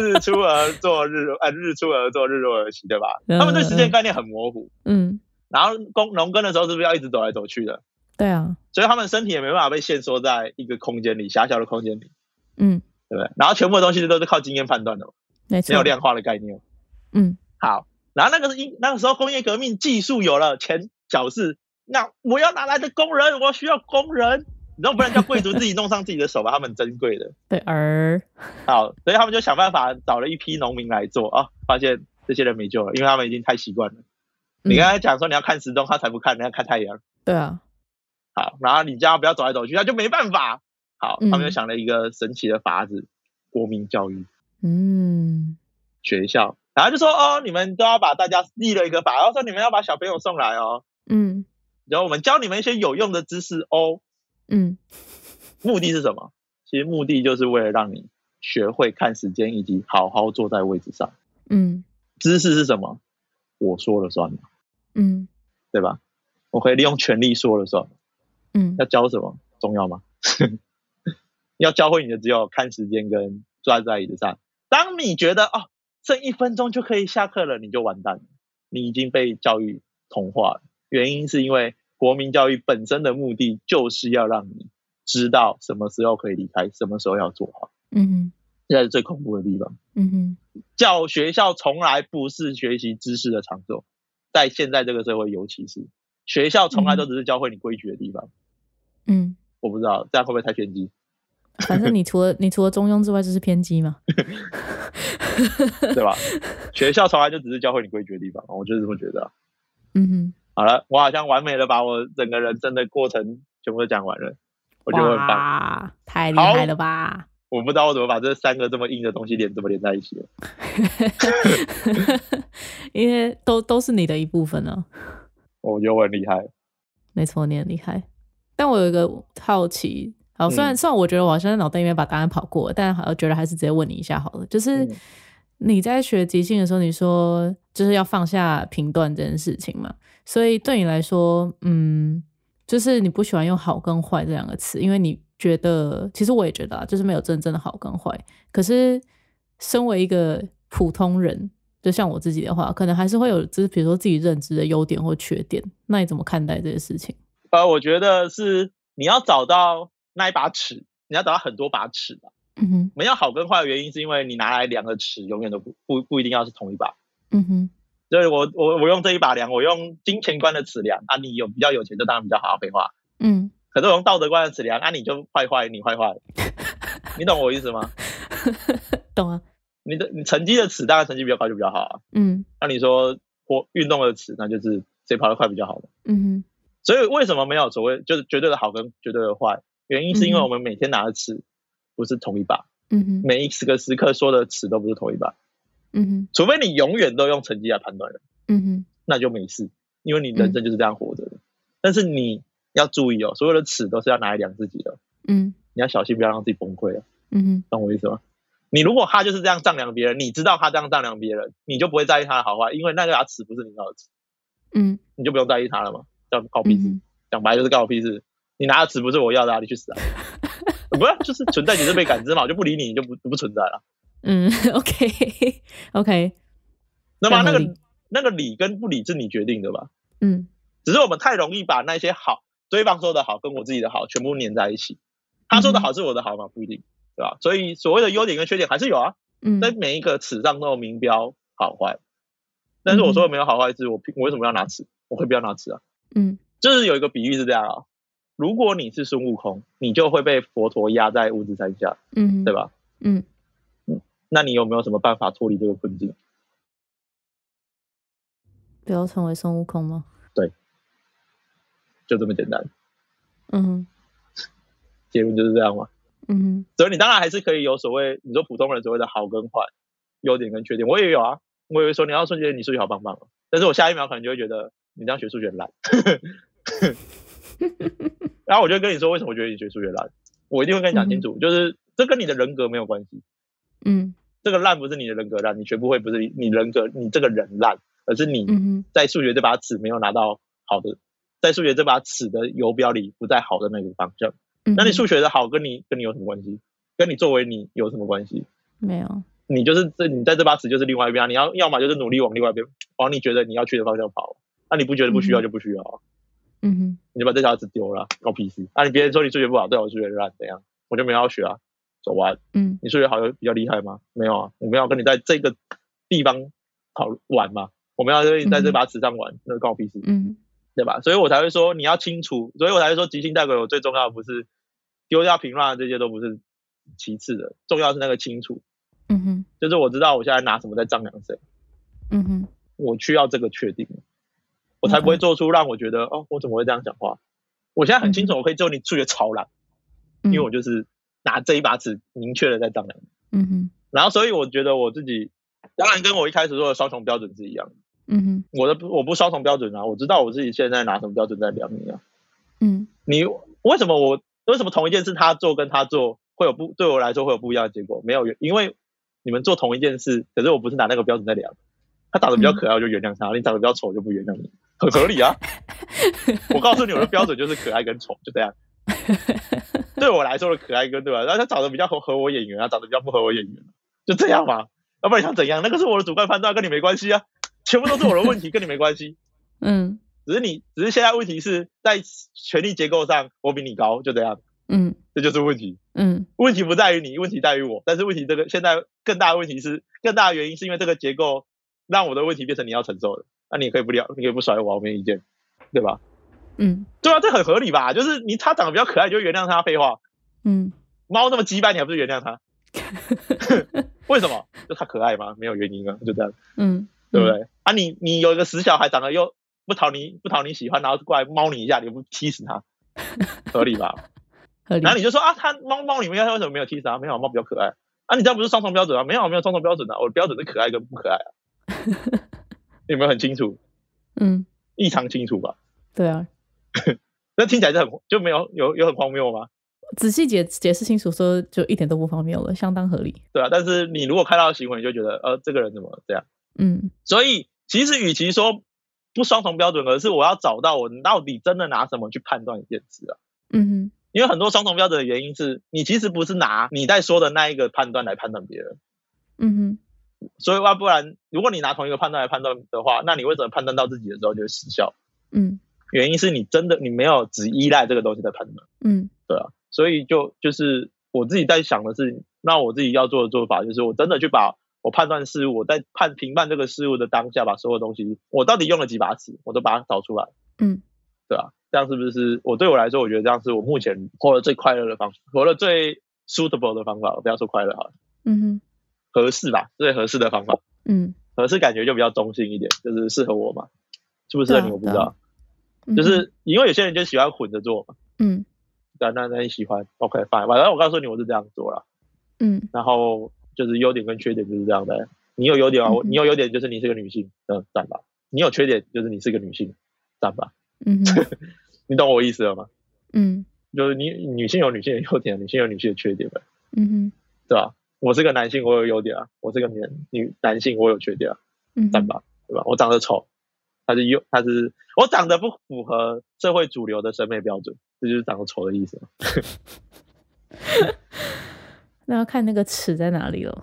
S1: 日出而作，日呃日出而作，日落而息，对吧？
S2: 嗯
S1: 他们对时间概念很模糊，
S2: 嗯，
S1: 然后工农耕的时候是不是要一直走来走去的？
S2: 对啊，
S1: 所以他们身体也没办法被限缩在一个空间里，狭小的空间里，
S2: 嗯，
S1: 对不对？然后全部的东西都是靠经验判断的嘛，没
S2: 没
S1: 有
S2: 错。
S1: 量化的概念。
S2: 嗯，
S1: 好，然后那个是因那个时候工业革命技术有了，钱小事，那我要哪来的工人？我需要工人，你总不能叫贵族自己弄上自己的手吧？他们很珍贵的，
S2: 对，而
S1: 好，所以他们就想办法找了一批农民来做啊、发现这些人没救了，因为他们已经太习惯了。你
S2: 嗯
S1: 刚才讲说你要看时钟，他才不看，你要看太阳。
S2: 对啊，
S1: 好，然后你叫他不要走来走去，他就没办法。好，
S2: 嗯
S1: 他们就想了一个神奇的法子，国民教育
S2: 嗯，
S1: 学校，然后就说哦，你们都要把大家立了一个法，然后说你们要把小朋友送来哦，
S2: 嗯
S1: 然后我们教你们一些有用的知识哦。
S2: 嗯
S1: 目的是什么？其实目的就是为了让你学会看时间，以及好好坐在位置上。
S2: 嗯
S1: 知识是什么？我说了算嘛，
S2: 嗯
S1: 对吧？我可以利用权力说了算。
S2: 嗯
S1: 要教什么重要吗？ 要教会你的只有看时间跟坐在椅子上。当你觉得哦，剩一分钟就可以下课了，你就完蛋了，你已经被教育同化了。原因是因为国民教育本身的目的就是要让你知道什么时候可以离开，什么时候要做好，
S2: 嗯
S1: 这才是最恐怖的地方。
S2: 嗯哼，
S1: 教学校从来不是学习知识的场所，在现在这个社会，尤其是学校从来都只是教会你规矩的地方。
S2: 嗯，
S1: 我不知道这样会不会太偏激？
S2: 反正你除了你除了中庸之外，就是偏激嘛。
S1: 对吧？学校从来就只是教会你规矩的地方，我就是这么觉得啊、
S2: 嗯哼，
S1: 好了，我好像完美的把我整个人生的过程全部都讲完了，我觉得我很棒。
S2: 哇，太厉害 了吧！
S1: 我不知道我怎么把这三个这么硬的东西连怎么连在一起的。
S2: 因为都都是你的一部分了。
S1: 我觉得我很厉害。
S2: 没错，你很厉害。但我有一个好奇，好，虽然、
S1: 嗯
S2: 虽然我觉得我好像在脑袋里面把答案跑过了，但好觉得还是直接问你一下好了。就是
S1: 嗯
S2: 你在学即兴的时候，你说就是要放下评断这件事情嘛，所以对你来说，嗯，就是你不喜欢用好跟坏这两个词，因为你觉得，其实我也觉得啊，就是没有真正的好跟坏。可是身为一个普通人，就像我自己的话，可能还是会有，就是比如说自己认知的优点或缺点，那你怎么看待这些事情？
S1: 呃，我觉得是你要找到那一把尺，你要找到很多把尺吧。
S2: 嗯哼，
S1: 我们要好跟坏的原因是因为你拿来量的尺永远都不不不一定要是同一把。
S2: 嗯哼，
S1: 所以我我我用这一把量，我用金钱观的尺量啊，你有比较有钱就当然比较好，废话。
S2: 嗯，
S1: 可是我用道德观的尺量，啊，你就坏坏，你坏坏，你懂我意思吗？
S2: 懂啊，
S1: 你的你成绩的尺，当然成绩比较高就比较好啊。
S2: 嗯
S1: 那你说活运动的尺，那就是谁跑得快比较好嘛。
S2: 嗯
S1: 所以为什么没有所谓就是绝对的好跟绝对的坏？原因是因为
S2: 嗯
S1: 我们每天拿的尺不是同一把，
S2: 哼，嗯哼，
S1: 每一个时刻说的尺都不是同一把，
S2: 嗯哼，
S1: 除非你永远都用成绩来判断人，
S2: 嗯哼，
S1: 那就没事，因为你人生就是这样活着的。但是你要注意哦，所有的尺都是要拿来量自己的，
S2: 嗯
S1: 你要小心不要让自己崩溃啊。
S2: 嗯哼，
S1: 懂我意思吗？你如果他就是这样丈量别人，你知道他这样丈量别人，你就不会在意他的好坏，因为那个牙齿不是你要的齿，
S2: 嗯
S1: 你就不用在意他了嘛。叫告屁
S2: 嗯
S1: 事，
S2: 哼，
S1: 讲白就是告屁事。你拿的尺不是我要的、啊，你去 死啊！不是，就是存在即是被感知嘛，我就不理你，你就不不存在了。
S2: 嗯 ，OK OK，
S1: 那么那
S2: 这样合
S1: 个
S2: 理
S1: 那个理跟不理是你决定的吧？
S2: 嗯
S1: 只是我们太容易把那些好，对方说的好跟我自己的好全部粘在一起。他
S2: 嗯
S1: 说的好是我的好吗？不一定，对吧？所以所谓的优点跟缺点还是有啊。
S2: 嗯
S1: 在每一个尺上都有明标好坏。但是我说的没有好坏是我凭我为什么要拿尺？我会不要拿尺啊？
S2: 嗯
S1: 就是有一个比喻是这样啊，如果你是孙悟空，你就会被佛陀压在五指山下，
S2: 嗯，
S1: 对
S2: 吧？
S1: 吧？
S2: 嗯，
S1: 那你有没有什么办法脱离这个困境？
S2: 不要成为孙悟空吗？
S1: 就这么简单，
S2: 嗯哼
S1: 结论就是这样嘛。
S2: 嗯哼，
S1: 所以你当然还是可以有所谓你说普通人所谓的好跟坏、优点跟缺点，我也有啊。我也会说你要瞬间你数学好棒棒哦，但是我下一秒可能就会觉得你这样学数学很烂，然后我就跟你说为什么我觉得你学数学烂，我一定会跟你讲清楚，就是这跟你的人格没有关系，
S2: 嗯
S1: 这个烂不是你的人格烂，你学不会不是你你人格你这个人烂，而是你
S2: 嗯哼，
S1: 在数学这把尺没有拿到好的在数学这把尺的游标里不在好的那个方向。
S2: 嗯
S1: 那你数学的好跟你跟你有什么关系？跟你作为你有什么关系？
S2: 没有？
S1: 你就是这你在这把尺就是另外一边啊，你要要么就是努力往另外一边往你觉得你要去的方向跑，那、你不觉得不需要就不需要啊，
S2: 嗯哼，
S1: 你就把这条尺丢了啊，关我屁事。那、你别人说你数学不好，对我数学烂怎样？我就没有要学啊，走完。
S2: 嗯
S1: 你数学好有比较厉害吗？没有啊，我们要跟你在这个地方讨论玩嘛，我们要跟你在这把尺上玩，那关我屁事。
S2: 嗯
S1: 对吧？所以我才会说你要清楚，所以我才会说即兴带给我最重要的不是丢掉评论啊这些都不是其次的，重要是那个清楚，
S2: 嗯哼，
S1: 就是我知道我现在拿什么在丈量谁，
S2: 嗯哼，
S1: 我需要这个确定，我才不会做出让我觉得哦，我怎么会这样讲话？我现在很清楚，我可以做你数学超懒，因为我就是拿这一把尺明确的在丈量，
S2: 嗯哼
S1: 然后所以我觉得我自己，当然跟我一开始说的双重标准是一样的，
S2: 嗯哼
S1: 我的不我不双重标准啊，我知道我自己现在拿什么标准在量你啊。
S2: 嗯
S1: 你为什么我为什么同一件事他做跟他做会有不对我来说会有不一样的结果？没有，因为你们做同一件事，可是我不是拿那个标准在量。他长得比较可爱，我就原谅他；你长得比较丑，我就不原谅你，很合理啊。我告诉你，我的标准就是可爱跟丑，就这样。对我来说的可爱跟对吧？然后他长得比较合合我眼缘啊，长得比较不合我眼缘，就这样嘛。要不然你想怎样？那个是我的主观判断，跟你没关系啊。全部都是我的问题，跟你没关系。
S2: 嗯
S1: 只是你，只是现在问题是在权力结构上，我比你高，就这样，
S2: 嗯
S1: 这就是问题。
S2: 嗯
S1: 问题不在于你，问题在于我。但是问题这个现在更大的问题是，更大的原因是因为这个结构让我的问题变成你要承受的。那、你也可以不了，你可以不甩我啊，我没意见，对吧？
S2: 嗯
S1: 对啊，这很合理吧？就是你他长得比较可爱，你就原谅他，废话。
S2: 嗯
S1: 猫那么鸡巴，你还不是原谅他？ 为什么？就他可爱吗？没有原因啊，就这样，
S2: 嗯，
S1: 对不对？啊你，你有一个死小孩，长得又不讨你不讨你喜欢，然后过来猫你一下，你不踢死他，合理吧？
S2: 合理
S1: 然后你就说啊，它猫猫里面它为什么没有踢啊？没有，猫比较可爱啊。你这样不是双重标准啊？没有，没有双重标准啊。我的标准是可爱跟不可爱啊。 有没有很清楚？
S2: 嗯，
S1: 异常清楚吧？
S2: 对啊，
S1: 那听起来就很就没有有有很荒谬吗？
S2: 仔细解解释清楚说就一点都不荒谬了，相当合理。
S1: 对啊。但是你如果看到的行为，你就觉得呃，这个人怎么这样？
S2: 嗯
S1: 所以其实与其说不双重标准，而是我要找到我到底真的拿什么去判断一件事啊。
S2: 嗯
S1: 因为很多双重标准的原因是你其实不是拿你在说的那一个判断来判断别人。
S2: 哼嗯哼
S1: 所以要啊不然，如果你拿同一个判断来判断的话，那你为什么判断到自己的时候就会失效？
S2: 嗯
S1: 原因是你真的你没有只依赖这个东西在判断，
S2: 嗯
S1: 对啊。所以就就是我自己在想的是，那我自己要做的做法就是，我真的去把我判断事物，我在判评判这个事物的当下，把所有东西，我到底用了几把尺，我都把它找出来，
S2: 嗯，
S1: 对啊。这样是不是我对我来说，我觉得这样是我目前活得最快乐的方式，活得最 suitable 的方法。我不要说快乐好了，
S2: 嗯哼
S1: 合适吧，最合适的方法。
S2: 嗯
S1: 合适感觉就比较中性一点，就是适合我嘛，适不适合你
S2: 对啊
S1: 我不知道，
S2: 嗯，
S1: 就是因为有些人就喜欢混着做嘛，
S2: 嗯
S1: 对啊，那那你喜欢，OK fine，反正我告诉你我是这样做啦，
S2: 嗯
S1: 然后就是优点跟缺点就是这样的，你有优点啊，我
S2: 嗯哼
S1: 你有优点就是你是个女性，嗯，赞吧，你有缺点就是你是个女性，赞吧，
S2: 嗯 哼
S1: 你懂我意思了吗？
S2: 嗯
S1: 就是你女性有女性的优点，女性有女性的缺点呗，
S2: 嗯哼
S1: 对吧、我是个男性，我有优点啊；我是个女女男性，我有缺点啊。
S2: 嗯
S1: 蛋吧，对吧？我长得丑，他是优，他是我长得不符合社会主流的审美标准，这就是长得丑的意思嘛。
S2: 那要看那个尺在哪里了，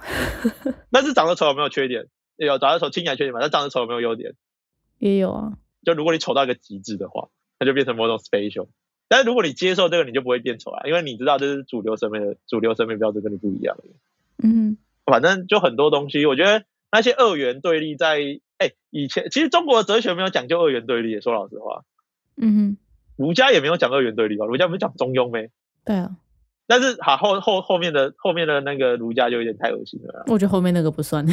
S1: 但是长得丑有没有缺点？有，长得丑听起来缺点嘛，但长得丑有没有优点？
S2: 也有啊，
S1: 就如果你丑到一个极致的话，那就变成某种 special。但是如果你接受这个，你就不会变丑啊，因为你知道这是主流审美的主流审美标准跟你不一样。
S2: 嗯
S1: 反正就很多东西，我觉得那些二元对立在哎、以前，其实中国的哲学没有讲究二元对立，说老实话，
S2: 嗯哼，
S1: 儒家也没有讲二元对立吧？儒家不是讲中庸呗？
S2: 对啊，
S1: 但是好后后后面的后面的那个儒家就有点太恶心了啦，
S2: 我觉得后面那个不算，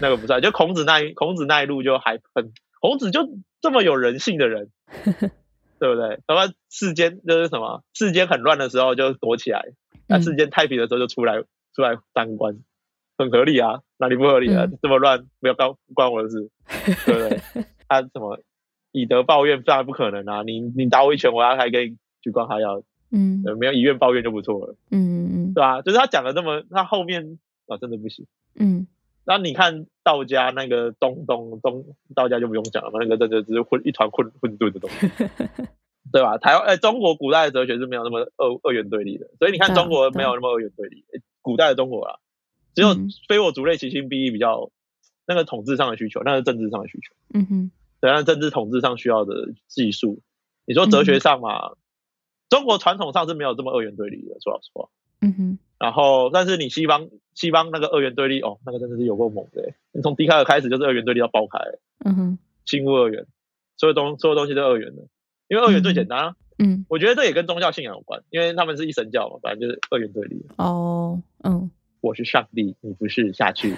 S1: 那个不算，就孔子那一孔子那一路就还很孔子就这么有人性的人，对不对？他妈世间就是什么世间很乱的时候就躲起来，那
S2: 嗯
S1: 世间太平的时候就出来出来当官，很合理啊，哪里不合理啊？
S2: 嗯
S1: 这么乱不要关不关我的事，对不对？ 他、什么以德报怨当然不可能啊，你你打我一拳，我要还可以举光还要，
S2: 嗯
S1: 呃没有以怨报怨就不错了。
S2: 嗯嗯
S1: 对啊，就是他讲的那么，他后面啊真的不行。
S2: 嗯
S1: 那你看道家那个东东东，道家就不用讲了嘛，那个真的只是混一团混混沌的东西。对吧？台湾呃，中国古代的哲学是没有那么二二元对立的，所以你看
S2: 对啊
S1: 中国
S2: 对啊
S1: 没有那么二元对立，呃古代的中国啊，只有
S2: 嗯
S1: 非我族类，其心必异比较那个统治上的需求，那是政治上的需求，
S2: 嗯哼，
S1: 对，那政治统治上需要的技术。你说哲学上嘛，中国传统上是没有这么二元对立的，说老实话。
S2: 嗯哼，
S1: 然后，但是你西方西方那个二元对立，哦，那个真的是有够猛的欸。你从笛卡尔开始就是二元对立到爆开欸，
S2: 嗯哼，
S1: 新物二元，所有东所有东西都二元的，因为二元最简单啊。
S2: 嗯，
S1: 我觉得这也跟宗教信仰有关，因为他们是一神教嘛，反正就是二元对立。
S2: 哦，嗯，
S1: 我是上帝，你不是，下去。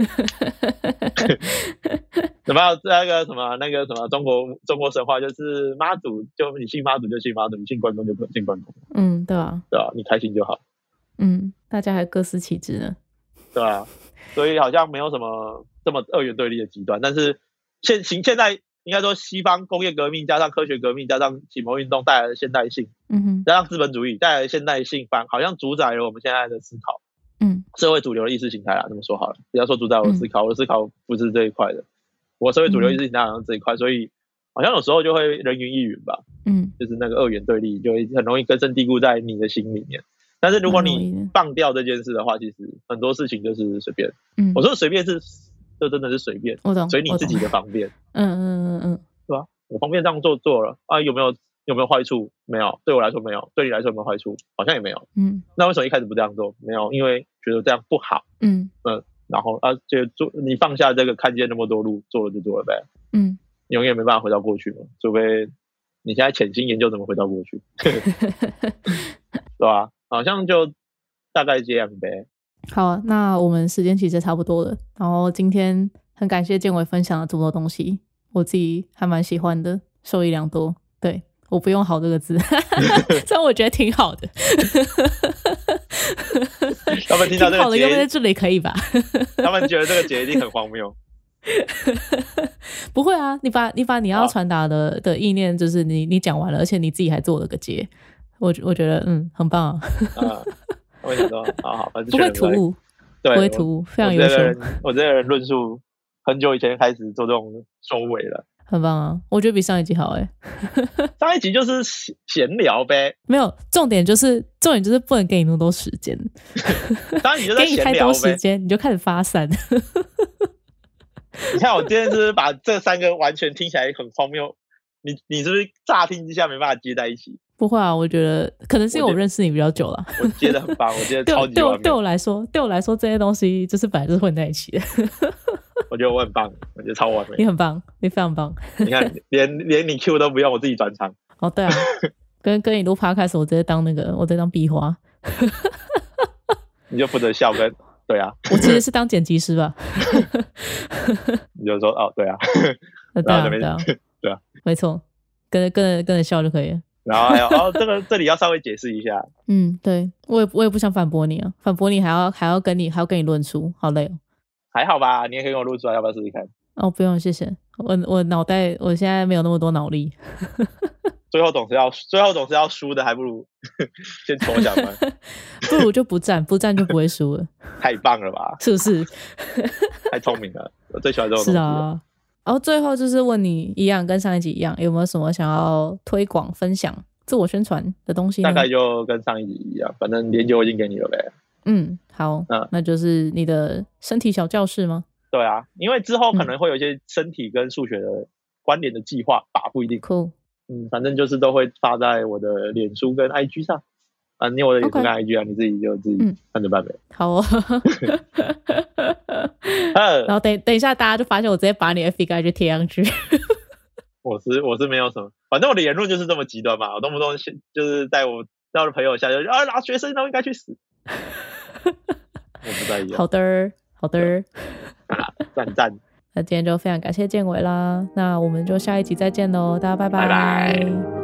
S1: 什么那个什么那个什么中国中国神话就是妈祖，就你信妈祖就信妈祖，你信关公就不信关公，
S2: 嗯，对吧、
S1: 对吧、你开心就好。
S2: 嗯，大家还各司其职呢。
S1: 对啊，所以好像没有什么这么二元对立的极端。但是现行现在应该说西方工业革命加上科学革命加上启蒙运动带来的现代性，
S2: 嗯哼，
S1: 加上资本主义带来的现代性，反好像主宰了我们现在的思考，
S2: 嗯
S1: 社会主流的意识形态啦。这么说好了，不要说主宰我的思考，我的思考不是这一块的，我社会主流意识形态好像这一块，所以好像有时候就会人云亦云吧，
S2: 嗯，
S1: 就是那个二元对立就会很容易根深蒂固在你的心里面。但是如果
S2: 蛮容易
S1: 你
S2: 的
S1: 放掉这件事的话，其实很多事情就是随便。
S2: 嗯，
S1: 我说随便是，就真的是随便，
S2: 我懂，
S1: 随你
S2: 哦我
S1: 自
S2: 懂
S1: 己的方便，
S2: 嗯嗯嗯嗯
S1: 对吧、我方便这样做做了啊，有没有有没有坏处？没有，对我来说没有，对你来说有没有坏处？好像也没有。
S2: 嗯
S1: 那为什么一开始不这样做？没有，因为觉得这样不好。
S2: 嗯
S1: 然后啊，就做你放下这个，看见那么多路，做了就做了呗，
S2: 嗯
S1: 永远没办法回到过去嘛，除非你现在潜心研究怎么回到过去，
S2: 嗯，
S1: 对吧、好像就大概这样呗。
S2: 好，那我们时间其实差不多了。然后今天很感谢建伟分享了这么多东西，我自己还蛮喜欢的，受益良多。对，我不用“好”这个字，虽然我觉得挺好的。
S1: 他们听到这
S2: 挺好
S1: 个
S2: 的，用在
S1: 节，
S2: 这里可以吧？
S1: 他们觉得这个节一定很荒谬。
S2: 不会啊，你把你把你要
S1: 好
S2: 传达的的意念，就是你你讲完了，而且你自己还做了个结，我觉我觉得嗯很棒、啊，
S1: 啊，我想说，好好，反正
S2: 不会突
S1: 确认
S2: 兀，
S1: 对，
S2: 不会
S1: 我
S2: 突兀，非
S1: 我
S2: 常
S1: 这
S2: 优
S1: 个
S2: 秀，
S1: 人，我这个人论述很久以前开始做这种收尾了。
S2: 很棒啊！我觉得比上一集好哎、
S1: 上一集就是闲闲聊呗，
S2: 没有重点就是重点就是不能给你那么多时间，
S1: 上一集就在
S2: 给你
S1: 闲
S2: 太
S1: 聊
S2: 多时
S1: 呗。
S2: 间你 就开始发散，
S1: 你看我今天是不是把这三个完全听起来很荒谬？你你是不是乍听之下没办法接在一起？
S2: 不会啊，我觉得可能是因为
S1: 我
S2: 我
S1: 觉得
S2: 认识你比较久 了。
S1: 我接的很棒，我接的
S2: 对
S1: 超
S2: 我
S1: 级
S2: 对我
S1: 完美
S2: 对，我来说，对我来说这些东西就是本来就是混在一 起的。
S1: 我觉得我很棒，我觉得超完美
S2: 你。很棒，你非常棒。
S1: 你看，连连你 Q 都不用，我自己转场。
S2: 哦，对 啊，跟跟你录 podcast，我直接当那个，我直接当壁花，
S1: 你就负责笑跟对啊，
S2: 我其实是当剪辑师 吧。
S1: 你就说哦对啊，
S2: 呃对啊，
S1: 然后
S2: 对啊
S1: 那， 对啊，
S2: 没错，跟着跟着跟着笑就可以了。
S1: 然后还有哦这个这里要稍微解释一下，
S2: 嗯，对我也我也不想反驳你啊，反驳你还要还要跟你还要跟你论述，好累哦。
S1: 还好吧？你也可以给我录出啊来，要不要试试看？
S2: 哦，不用，谢谢。我我脑袋我现在没有那么多脑力。
S1: 最后总是要最后总是要输的，还不如 先投降吧，
S2: 不如就不战，不战就不会输了，
S1: 太棒了 吧，
S2: 是 不是？
S1: 太聪明了，我最喜欢这种东
S2: 是
S1: 西了。
S2: 啊。然后最后就是问你一样，跟上一集一样，有没有什么想要推广、分享、自我宣传的东西呢？
S1: 大概就跟上一集一样，反正连接我已经给你了呗。
S2: 嗯，好，
S1: 嗯
S2: 那就是你的身体小教室吗
S1: 对啊，因为之后可能会有一些身体跟数学的关联的计划吧，不一定。
S2: ？Cool，
S1: 嗯，反正就是都会发在我的脸书跟 IG 上。啊，你有我的脸书跟
S2: OK
S1: IG 啊你自己就自己
S2: 嗯
S1: 看着办呗。
S2: 好哦。 然
S1: 呃，
S2: 后等等一下，大家就发现我直接把你 F B 盖就贴上去。
S1: 我是我是没有什么，反正我的言论就是这么极端嘛，我动不动先就是在我在我的朋友下就啊，拿学生都应该去死。我不在意啊。
S2: 好的，好的。
S1: 赞赞，
S2: 那今天就非常感谢建伟啦，那我们就下一集再见喽，大家拜
S1: 拜拜